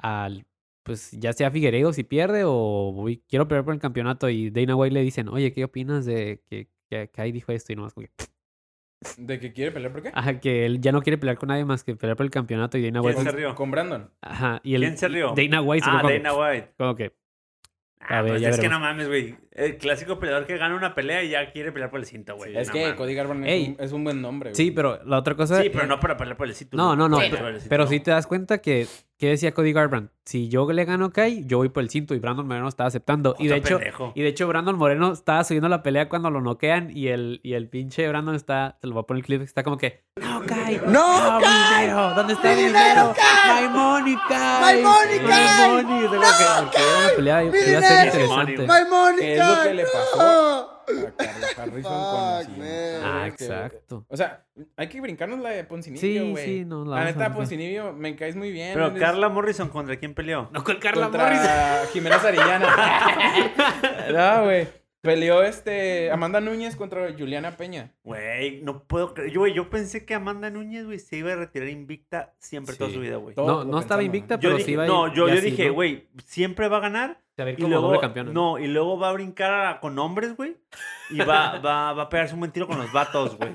al, pues ya sea Figueiredo si pierde o voy, quiero pelear por el campeonato. Y Dana White le dicen, oye, ¿qué opinas de que, que Kai dijo esto? Y nomás como que, (laughs) ¿De que quiere pelear Ah, por qué? ajá, que él ya no quiere pelear con nadie más que pelear por el campeonato. Y Dana ¿Quién White, con, pues, se rió? con Brandon. ajá, y el, ¿Quién se rió? Dana White se Ah, fue como, Dana White. como que, Ah, A ver, pues ya es que veremos. no mames, güey. El clásico peleador que gana una pelea y ya quiere pelear por el cinto, güey. Sí, es No que mames. Cody Garban Ey. es, un, es un buen nombre, güey. sí, pero la otra cosa... Sí, pero eh, no para pelear por el cinto. No, no, no. Para pe- pelear por el cinto, pero no. si te das cuenta que, que decía Cody Garbrandt, si yo le gano a Kai, yo voy por el cinto y Brandon Moreno estaba aceptando. Y Otro de hecho, pendejo. y de hecho Brandon Moreno estaba subiendo la pelea cuando lo noquean y el, y el pinche Brandon está, te lo voy a poner el clip, está como que, no, Kai, no, mi dinero, ¿dónde está mi dinero? My money, Kai, my money, Kai, money. Digo que- porque era una pelea, iba a ser dinero. interesante. My Que es lo que le pasó a Carla Harrison con la Fuck, siguiente. man. Ah, Que- exacto. O sea, hay que brincarnos la de Poncinibio, Sí, güey. sí, no, la la vamos a neta, brincar. Poncinibio, me caes muy bien. Pero eres Carla Morrison, ¿contra quién peleó? (laughs) No con Carla Morris. (laughs) Contra Jimena Sarillana. no, güey. Peleó este Amanda Núñez contra Juliana Peña. Güey, no puedo creer. Yo, güey, yo pensé que Amanda Núñez, güey, se iba a retirar invicta siempre toda Sí. su vida, güey. Todo No, lo no estaba pensamos. invicta, Yo pero dije, sí iba a ir- no, yo, ya yo sí, dije, ¿no? güey, siempre va a ganar. Se va a ir Y como luego, doble campeona. no, y luego va a brincar a- con hombres, güey. Y va, va, va a pegarse un buen tiro con los vatos, güey.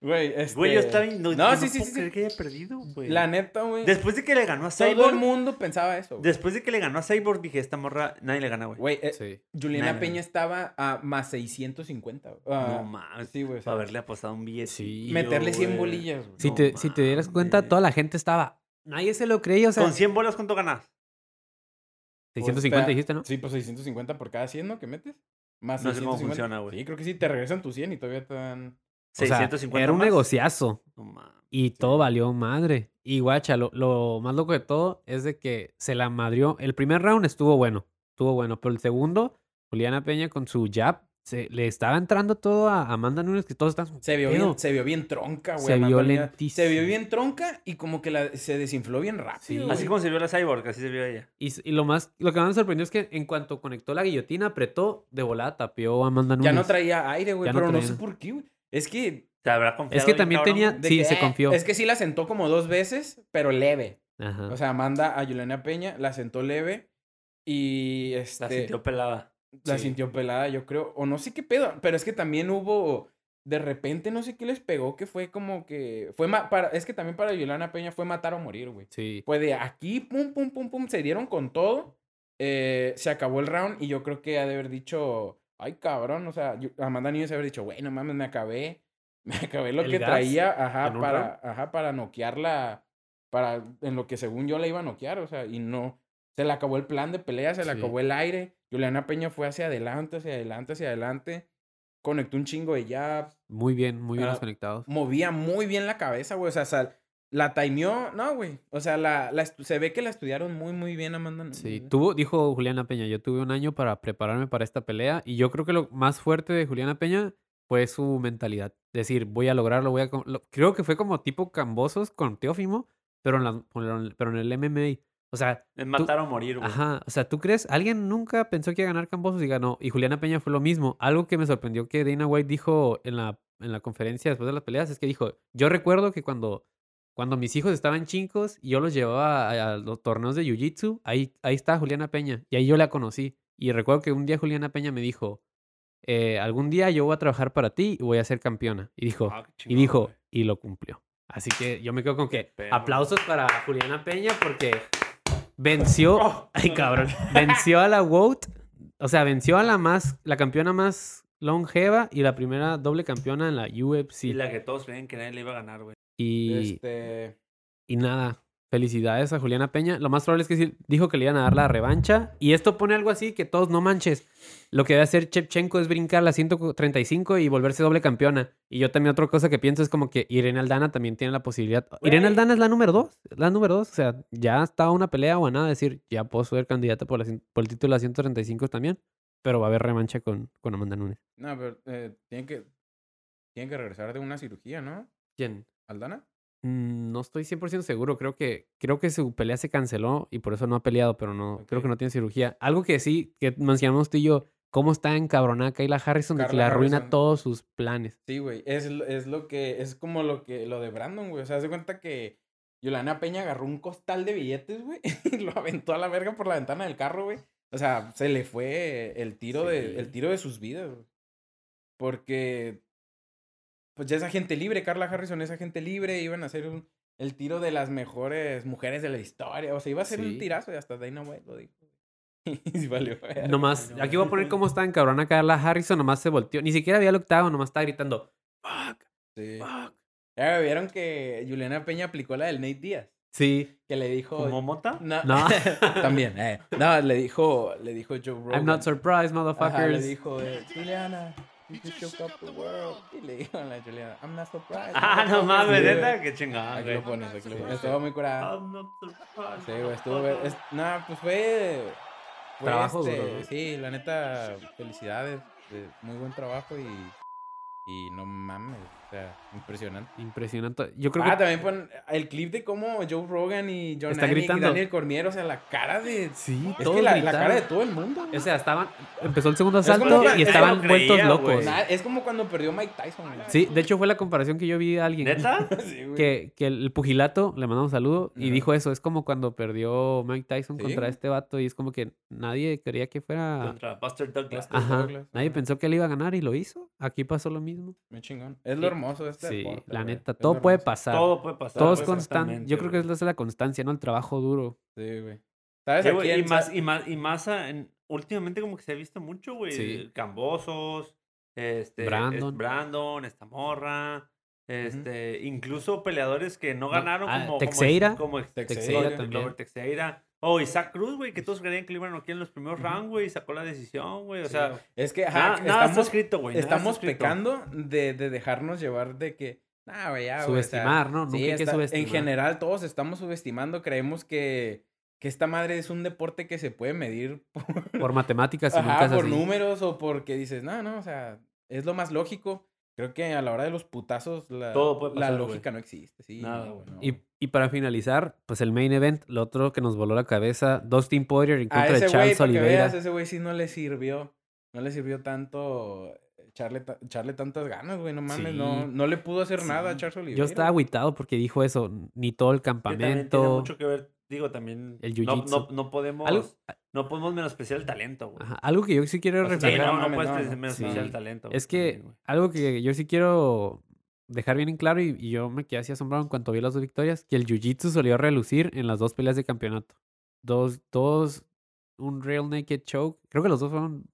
Güey, este... Güey, yo estaba. No, No, no sí, sí, puedo sí, creer sí. que haya perdido, güey. La neta, güey. Después de que le ganó a Todo el Cyborg. mundo pensaba eso. güey. Después de que le ganó a Cyborg, dije, esta morra, nadie le gana, güey. Güey, eh, Sí. Juliana Nah, Peña estaba a más 650. güey. Ah, no mames. sí, güey, o sea, Para haberle apostado un billete. Sí, meterle 100 bolillas, güey. Si, No te, si te dieras cuenta, mames. toda la gente estaba. Nadie se lo creía, o sea. Con 100 bolas, ¿cuánto ganas? Pues, 650 espera, dijiste, ¿no? Sí, pues 650 por cada 100, ¿no? Que metes. Más No sé cómo 650. funciona, güey. Sí, creo que sí, te regresan tus 100 y todavía te dan... O sea, 650. era un más. negociazo. No mames. Y todo valió madre. Y guacha, lo, lo más loco de todo es de que se la madrió. El primer round estuvo bueno, estuvo bueno. Pero el segundo, Juliana Peña con su jab, se, le estaba entrando todo a Amanda Nunes, que todos están... como, Se vio, "¿Qué pedo?". bien, se vio bien tronca, güey. Se vio Amanda Nunes. lentísimo. Se vio bien tronca y como que la, se desinfló bien rápido. Sí. güey. Así como se vio la Cyborg, así se vio ella. Y, s- y lo más, lo que más me sorprendió es que en cuanto conectó la guillotina, apretó, de volada tapió a Amanda Nunes. Ya no traía aire, güey. Ya no Pero no, traía. sé por qué, güey. Es que... Se habrá confiado. Es que bien, también cabrón, tenía- güey. de Sí, que, se confió. Ah. Es que sí la sentó como dos veces, pero leve. Ajá. O sea, Amanda a Juliana Peña la sentó leve y este, La sintió pelada. la sí. sintió pelada, yo creo. O no sé qué pedo, pero es que también hubo, de repente no sé qué les pegó, que fue como que, fue ma- para, es que también para Juliana Peña fue matar o morir, güey. sí. Fue de aquí, pum, pum, pum, pum, se dieron con todo, eh, se acabó el round y yo creo que ha de haber dicho, ay cabrón, o sea, yo- Amanda Nunes ha de haber dicho, güey, no mames, me acabé, (laughs) me acabé lo El que gas traía, ajá, en un para, ajá, para noquearla, para, en lo que según yo la iba a noquear, o sea, y no, se le acabó el plan de pelea, se le Sí. acabó el aire, Juliana Peña fue hacia adelante, hacia adelante, hacia adelante, conectó un chingo de jabs, Muy bien, muy bien Ah, los conectados. movía muy bien la cabeza, güey. O sea, sal- la timeó, no, güey. O sea, la, la estu- se ve que la estudiaron muy, muy bien, Amanda. Nunes, Sí, güey. tuvo, dijo Juliana Peña, yo tuve un año para prepararme para esta pelea y yo creo que lo más fuerte de Juliana Peña fue su mentalidad. Decir, voy a lograrlo, voy a... co- lo- creo que fue como tipo Cambosos con Teófimo, pero en, la- pero en- pero en el MMA. O sea, Es matar o morir, güey. ajá, o sea, ¿tú crees? Alguien nunca pensó que iba a ganar Cambosos y ganó. Y Juliana Peña fue lo mismo. Algo que me sorprendió que Dana White dijo en la, en la conferencia después de las peleas es que dijo, yo recuerdo que cuando cuando mis hijos estaban chincos y yo los llevaba a, a los torneos de Jiu-Jitsu, ahí, ahí estaba Juliana Peña y ahí yo la conocí. Y recuerdo que un día Juliana Peña me dijo, eh, algún día yo voy a trabajar para ti y voy a ser campeona. Y dijo, Ah, qué y chingón, dijo, güey. y lo cumplió. Así que yo me quedo con que perro. aplausos para Juliana Peña porque venció, Oh, (laughs) ay cabrón, (laughs) venció a la WOT, o sea, venció a la más, la campeona más longeva y la primera doble campeona en la UFC. Y la que todos creen que nadie le iba a ganar, güey. Y- Este, y nada, felicidades a Juliana Peña. Lo más probable es que sí dijo que le iban a dar la revancha. Y esto pone algo así que todos no manches. Lo que debe hacer Chepchenko es brincar la 135 y volverse doble campeona. Y yo también otra cosa que pienso es como que Irene Aldana también tiene la posibilidad. Irene Güey. Aldana es la número 2, la número 2. O sea, ya estaba una pelea o a nada decir, ya puedo ser candidata por, la cien- por el título de la 135 también. Pero va a haber revancha con, con Amanda Nunes. no, pero eh, tienen que, tienen que regresar de una cirugía, ¿no? ¿Quién? Aldana. Mm, No estoy 100% seguro, creo que, creo que su pelea se canceló y por eso no ha peleado, pero no, creo que Ok. no tiene cirugía. Algo que sí, que mencionamos tú y yo, cómo está encabronada Kayla Harrison de que Carla le arruina Harrison. todos sus planes. Sí, güey. Es, lo- es lo que, es como lo que, lo de Brandon, güey. O sea, se cuenta que Yolana Peña agarró un costal de billetes, güey, (laughs) y lo aventó a la verga por la ventana del carro, güey. O sea, se le fue el tiro, de, el Sí. tiro de sus vidas, güey. Porque, pues ya es agente libre, Carla Harrison es agente libre, iban a hacer un- el tiro de las mejores mujeres de la historia. O sea, iba a ser Sí. un tirazo y hasta Dana White lo dijo. (laughs) y sí valió verga. Nomás, no. aquí voy a poner cómo está encabronada Kayla Harrison, nomás se volteó, ni siquiera había el octavo, nomás estaba gritando, fuck, Sí. fuck. Ya vieron que Juliana Peña aplicó la del Nate Díaz. Sí, que le dijo ¿Como mota? no, No. (laughs) también eh, no le dijo le dijo Joe Rogan I'm not surprised, Ajá, le motherfuckers. dijo eh, Juliana you just shook up the world y le dijo a la Juliana I'm not surprised (laughs) Ah, no motherfuckers". mames, Sí, neta, güey. qué chingada, aquí lo güey. Ah, pones aquí lo pones estaba muy Oh, curada I'm not surprised. sí güey estuvo ver- es, nada pues fue, fue Trabajo este, duro, ¿no? sí la neta felicidades eh, muy buen trabajo y y no mames sea, impresionante. Impresionante. Yo creo ah, que. también pon el clip de cómo Joe Rogan y John Está Anik gritando. y Daniel Cormier, o sea, la cara de... Sí, Es todos que la, la gritaron. cara de todo el mundo. O sea, estaban. Empezó el segundo Es como asalto que- y es estaban que lo vueltos creía, locos. güey. Nada, es como cuando perdió Mike Tyson. güey. Sí, de hecho fue la comparación que yo vi a alguien. ¿Neta? (laughs) Sí, güey. Que, que el pugilato, le mandó un saludo, y Ajá. dijo eso. Es como cuando perdió Mike Tyson Sí. contra este vato, y es como que nadie quería que fuera. Contra Buster Douglas. Buster. Ajá. este Douglas, Nadie ajá. pensó que él iba a ganar y lo hizo. Aquí pasó lo mismo. Muy chingón. Es Sí. lo hermoso de este sí, deporte, la güey. neta. Es lo Todo puede hermoso. pasar. Todo puede pasar. Todo es güey, constante. Yo creo que es exactamente, la- es la constancia, ¿no? El trabajo duro. Sí, güey. güey. ¿Sabes a Eh, güey, quién? Y más, y más, y más ah, en- últimamente como que se ha visto mucho, güey. Sí. Cambosos, este, es Brandon. Brandon, esta morra, este, incluso peleadores que no ganaron ah, como como- Texeira. como ex- Texeira Glover- también. Glover Texeira. O Isaac Cruz, güey, que todos creían que lo iban a noquear en los primeros rounds, güey, y sacó la decisión, güey. O Sí. sea, Es que ajá, Ah, nada, nada está estamos, escrito, güey. nada está estamos escrito. pecando de, de dejarnos llevar de que. Nah, güey, ya, güey, o sea, subestimar, ¿no? Nunca sí, hay que está- subestimar. En general, todos estamos subestimando. Creemos que, que esta madre es un deporte que se puede medir Por matemáticas y Ajá, nunca es por así. números o porque dices, no, no, o sea, es lo más lógico. Creo que a la hora de los putazos la, Todo puede la pasar, güey. lógica no existe. Sí, Nada, no, güey. no. Y, y para finalizar, pues el main event, lo otro que nos voló la cabeza, Dustin Poirier en a contra de ese güey, Charles para que Oliveira. veas, ese güey sí no le sirvió. No le sirvió tanto echarle, ta- echarle tantas ganas, güey. No mames, Sí. no, no le pudo hacer nada a Sí. Charles Oliveira. Yo estaba agüitado porque dijo eso, ni todo el Que también tiene campamento. mucho que ver, digo, también. El no, jiu-jitsu. no, no podemos. Algo- No podemos menospreciar el talento, güey. Ajá, Algo que yo sí quiero O sea, Sí, reflejar. no, no, no, no, puedes no, menos- no, menospreciar sí. el talento. güey, Es que también, güey. algo que yo sí quiero dejar bien en claro y, y yo me quedé así asombrado en cuanto vi las dos victorias, que el Jiu-Jitsu solió relucir en las dos peleas de campeonato. Dos, dos, un Real Naked Choke. Creo que los dos fueron,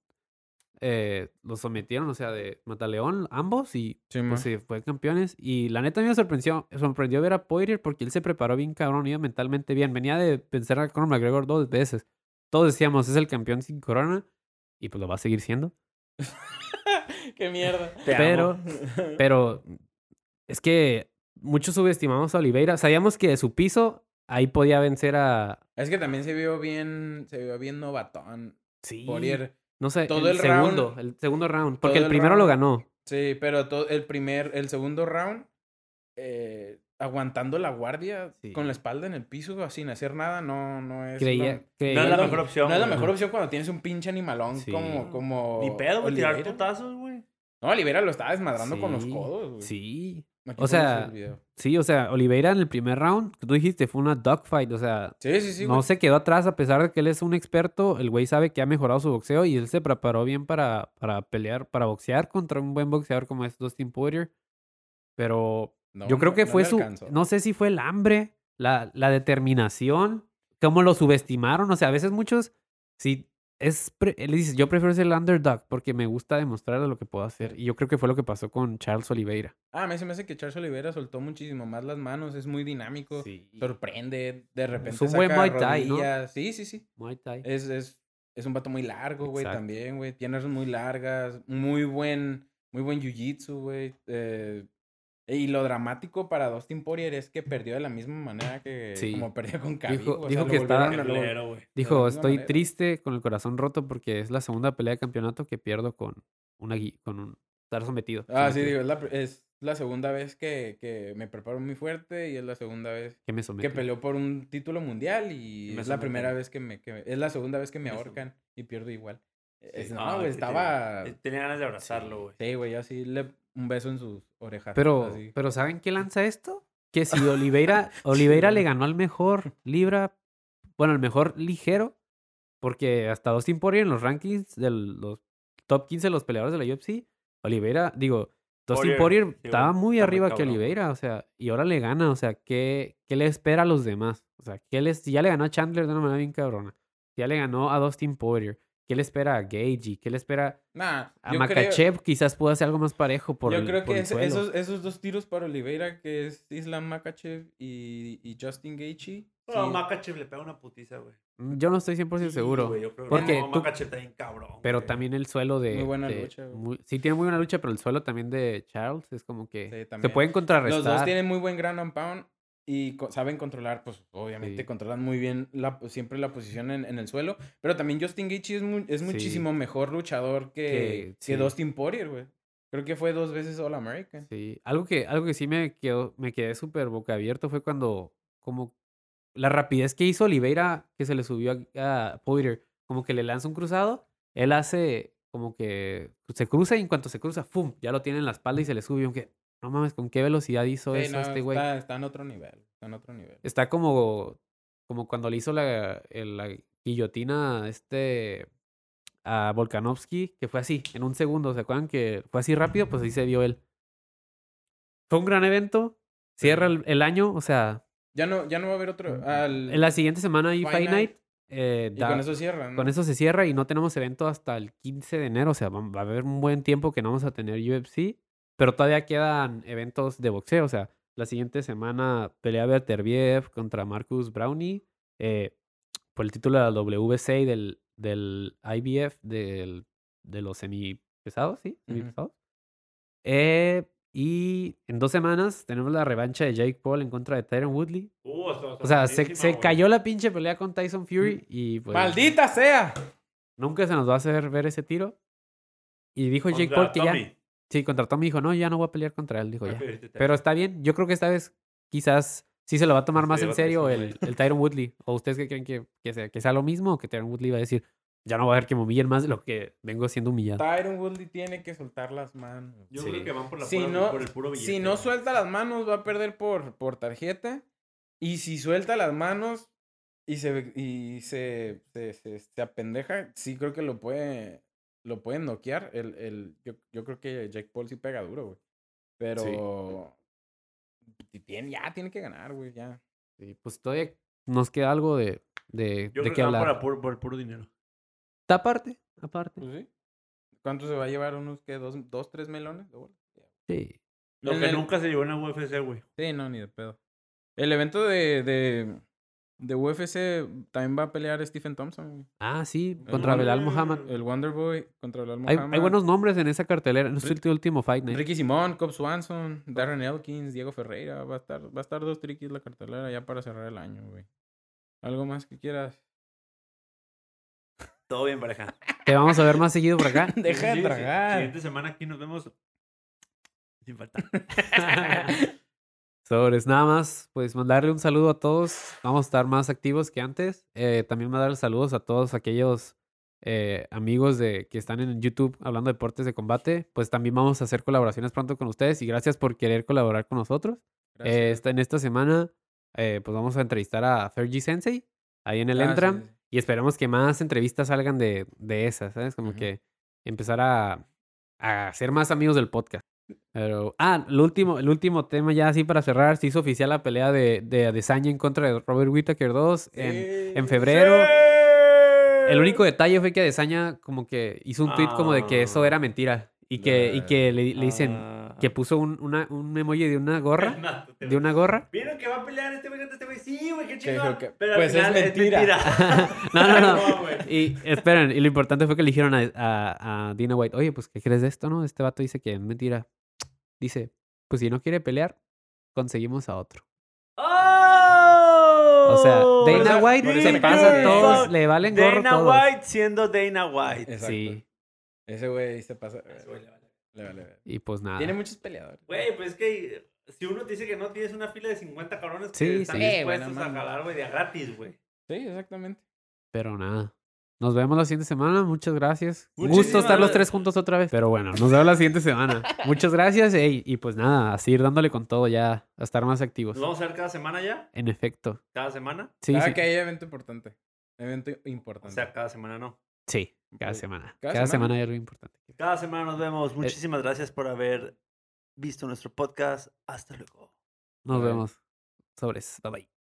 eh, los sometieron, o sea, de Mataleón, ambos, y Sí, pues, se fue campeones. Y la neta a mí me sorprendió, sorprendió ver a Poirier porque él se preparó bien cabrón, iba mentalmente bien. Venía de pensar a Conor McGregor dos veces. Todos decíamos, es el campeón sin corona, y pues lo va a seguir siendo. (laughs) Qué (laughs) mierda. Te amo. pero... (laughs) Pero es que muchos subestimamos a Oliveira. Sabíamos que de su piso ahí podía vencer a. Es que también se vio bien, se vio bien novatón. Sí. Poirier. No sé, Todo el, el round- segundo. El segundo round. Porque todo el el primero lo round. ganó. Sí, pero todo el primer, el segundo round, eh, aguantando la guardia Sí. con la espalda en el piso, sin hacer nada, no, no es. Creía. lo- creía- No es la lo- mejor opción, No es la güey. mejor opción cuando tienes un pinche animalón Sí. como, como. Ni pedo, güey, tirar Oliveira. putazos, güey. No, Olivera lo estaba desmadrando con los Sí, codos, güey. Sí. Aquí o podemos sea, ver el video. Sí, o sea, Oliveira en el primer round, tú dijiste, fue una dogfight. O sea, Sí, sí, sí. no güey. se quedó atrás a pesar de que él es un experto. El güey sabe que ha mejorado su boxeo y él se preparó bien para, para pelear, para boxear contra un buen boxeador como es Dustin Poirier. Pero No, Yo creo no- que no fue le su. alcanzó. No sé si fue el hambre, la, la determinación, cómo lo subestimaron. O sea, a veces muchos. Si es. pre- él dice, yo prefiero ser el underdog porque me gusta demostrar lo que puedo hacer. Y yo creo que fue lo que pasó con Charles Oliveira. Ah, a mí se me hace que Charles Olivera soltó muchísimo más las manos, es muy dinámico, Sí. sorprende, de repente. un buen saca Muay Thai, ¿no? rodillas. Sí, sí, sí. Muay Thai. Es, es, es un vato muy largo, güey, Exacto. también, güey. Piernas muy largas, muy buen, muy buen jiu-jitsu, güey. eh, y lo dramático para Dustin Poirier es que perdió de la misma manera que Sí. como (laughs) perdió con Khabib. Dijo- o sea, dijo lo que estaba- volvieron a- lo- Culero, güey. Dijo, misma estoy manera". triste con el corazón roto porque es la segunda pelea de campeonato que pierdo con, una, gui- con un. Estar sometido. Ah, sí, sometido, digo, es la, pr- es la segunda vez que, que me preparo muy fuerte y es la segunda vez Que me que sometió. peleó por un título mundial y Y me es la someten. primera vez que me, que- es la segunda vez que me Me som- ahorcan y pierdo igual. Es- Sí. no, Ah, güey, que estaba... tenía- Tenía ganas de abrazarlo, güey. Sí, güey, yo así le un beso en sus orejas. Pero, así. pero ¿saben qué lanza esto? Que si (laughs) Oliveira, Oliveira le ganó al mejor libra, bueno, al mejor ligero, porque hasta Dustin Poirier en los rankings de los top 15 de los peleadores de la UFC, Oliveira, digo, Poirier, Dustin Poirier sí, güey, estaba muy está muy arriba que cabrón, güey. Oliveira, o sea, y ahora le gana, o sea, ¿qué, qué le espera a los demás? O sea, ¿qué les, si ya le ganó a Chandler de una manera bien cabrona, si ya le ganó a Dustin Poirier, ¿qué le espera a Gagey? ¿Qué le espera Nah, a yo creo- Makachev? Quizás pueda hacer algo más parejo por yo el- creo por que el es- suelo. esos, esos dos tiros para Oliveira, que es Islam Makachev y, y Justin Gaethje. No, sí, Makachev le pega una putiza, güey. Mm, Yo no estoy 100% Sí, seguro. güey, yo creo que Porque no, tú- Makachev está bien cabrón. Pero güey. también el suelo de. Muy buena de- lucha, güey. muy- sí, tiene muy buena lucha, pero el suelo también de Charles es como que. sí, se también. pueden contrarrestar. Los dos tienen muy buen ground and pound y co- saben controlar, pues obviamente Sí. controlan muy bien la, siempre la posición en, en el suelo. Pero también Justin Gaethje es, mu- es Sí. muchísimo mejor luchador que, Que- que, sí. Dustin Poirier, güey. Creo que fue dos veces All American. Sí, algo que, algo que sí me quedó, me quedé súper boca abierto fue cuando, como, la rapidez que hizo Oliveira, que se le subió a, a Poirier, como que le lanza un cruzado, él hace como que se cruza y en cuanto se cruza, ¡fum! Ya lo tiene en la espalda y se le sube, aunque, no mames, ¿con qué velocidad hizo Sí, eso no, este güey? Está, está en otro nivel. Está en otro nivel. Está como, como cuando le hizo la, el- la guillotina a este a Volkanovski, que fue así, en un segundo, ¿se acuerdan que fue así rápido? Pues ahí se vio él. Fue un gran evento. Cierra el, el año, o sea, Ya no, ya no va a haber otro. al- en la siguiente semana hay Fight Fight Night. Night. eh, y da- con eso cierran. con ¿no? eso se cierra y no tenemos evento hasta el 15 de enero. O sea, vam- va a haber un buen tiempo que no vamos a tener UFC. Pero todavía quedan eventos de boxeo. O sea, la siguiente semana pelea Berterbiev contra Marcus Brownie eh, por el título de la WBC y del, del IBF, del, de los semipesados, ¿sí? Ujú. Semipesados. Eh, y en dos semanas tenemos la revancha de Jake Paul en contra de Tyron Woodley. Uh, está- está O sea, se, buenísima, se güey. cayó la pinche pelea con Tyson Fury y pues... ¡Maldita sea! Nunca se nos va a hacer ver ese tiro. Y dijo Jake Contra Paul que ya. Tommy. Sí, contra Tommy dijo, no, ya no voy a pelear contra él. Dijo Ah, ya. pero ahorita- Pero está bien. Yo creo que esta vez quizás sí se lo va a tomar Sí, más va en a tener serio su el, el Tyron Woodley. ¿O ustedes qué creen que, que sea? ¿Que sea lo mismo o que Tyron Woodley va a decir, ya no voy a ver que me humillen más de lo que vengo siendo humillado? Tyron Woodley tiene que soltar las manos. Yo Sí. creo que van por, la Si pura- no- por el puro billete. Si no güey. suelta las manos, va a perder por, por tarjeta. Y si suelta las manos y se y se, se, se- se apendeja, sí creo que lo puede lo pueden noquear. El, el, yo, yo creo que Jake Paul sí pega duro, güey. Pero ti- tiene- ya tiene que ganar, güey, ya. Sí, pues todavía nos queda algo de, de, Yo de creo qué que van por, la hablar. pur- por el puro Mm. dinero. Está Aparte, aparte. ¿Cuánto se va a llevar? ¿Unos qué? ¿Dos, dos tres melones? de bola? Sí. Lo En que el- nunca se llevó en la UFC, güey. Sí, no, ni de pedo. El evento de, de, de UFC también va a pelear Stephen Thompson, güey. Ah, sí, contra Wonder- Belal Muhammad. El Wonderboy contra el Hay, Muhammad. hay buenos nombres en esa cartelera. No es Rick- el último Fight Night. Ricky Simón, Cobb Swanson, Darren Elkins, Diego Ferreira. Va a estar, va a estar dos triquis la cartelera ya para cerrar el año, güey. ¿Algo más que quieras? Todo bien, pareja. Te vamos a ver más seguido por acá. Deja de Sí, sí, tragar. Siguiente semana aquí nos vemos. Sin falta. Sobres, nada más, pues mandarle un saludo a todos. Vamos a estar más activos que antes. Eh, también mandarle saludos a todos aquellos eh, amigos de, que están en YouTube hablando de deportes de combate. Pues también vamos a hacer colaboraciones pronto con ustedes y gracias por querer colaborar con nosotros. Gracias. Eh, esta- en esta semana, eh, pues vamos a entrevistar a Fergie Sensei ahí en el Ah, sí, Entram. sí. Y esperemos que más entrevistas salgan de, de esas, ¿sabes? Como Ujú. que empezar a, a ser más amigos del podcast. Pero, ah, el último, el último tema ya así para cerrar, se hizo oficial la pelea de, de Adesanya en contra de Robert Whittaker 2 en, en febrero. El único detalle fue que Adesanya como que hizo un tweet como de que eso era mentira y que, y que le, le dicen Ah. Ah. que puso un, una, un emoji de (laughs) una gorra, de una gorra. ¿Vieron que va a pelear este güey contra este güey? Sí, güey, qué dijo chingón. que- Pero al pues es final mentira. (laughs) (laughs) No, no, no. güey. Y esperen, y lo importante fue que le dijeron a, a- a Dina White, oye, pues, ¿qué crees de esto, no? Este vato dice que es mentira. Dice, pues, si no quiere pelear, conseguimos a otro. ¡Oh! O sea, Por Dana eso- por White eso se me pasa a cae. todos, le valen gorro Dana todos. White siendo Dana White. Exacto. Sí, Ese Eh, pues, güey se pasa. Le vale, verga. y pues nada. Tiene muchos peleadores. Güey, pues es que si uno te dice que no tienes una fila de 50 cabrones Sí, que están sí. Eh, bueno, dispuestos a mami. jalar, güey, de a gratis, güey. Sí, exactamente. Pero nada. Nos vemos la siguiente semana. Muchas gracias. Un Muchísimas Gusto estar los gracias. tres juntos otra vez. Pero bueno, nos vemos la siguiente semana. Muchas gracias. ey, y pues nada, a seguir dándole con todo ya, a estar más activos. Nos vamos a ver cada semana ya, En efecto. cada semana. Sí, ah, sí. que hay evento importante. Evento importante. O sea, cada semana no. Sí, cada Ok. semana. Cada Cada, semana. semana hay algo importante. Cada semana nos vemos. Muchísimas gracias por haber visto nuestro podcast. Hasta luego. Nos Órale. vemos. Sobres. Bye bye.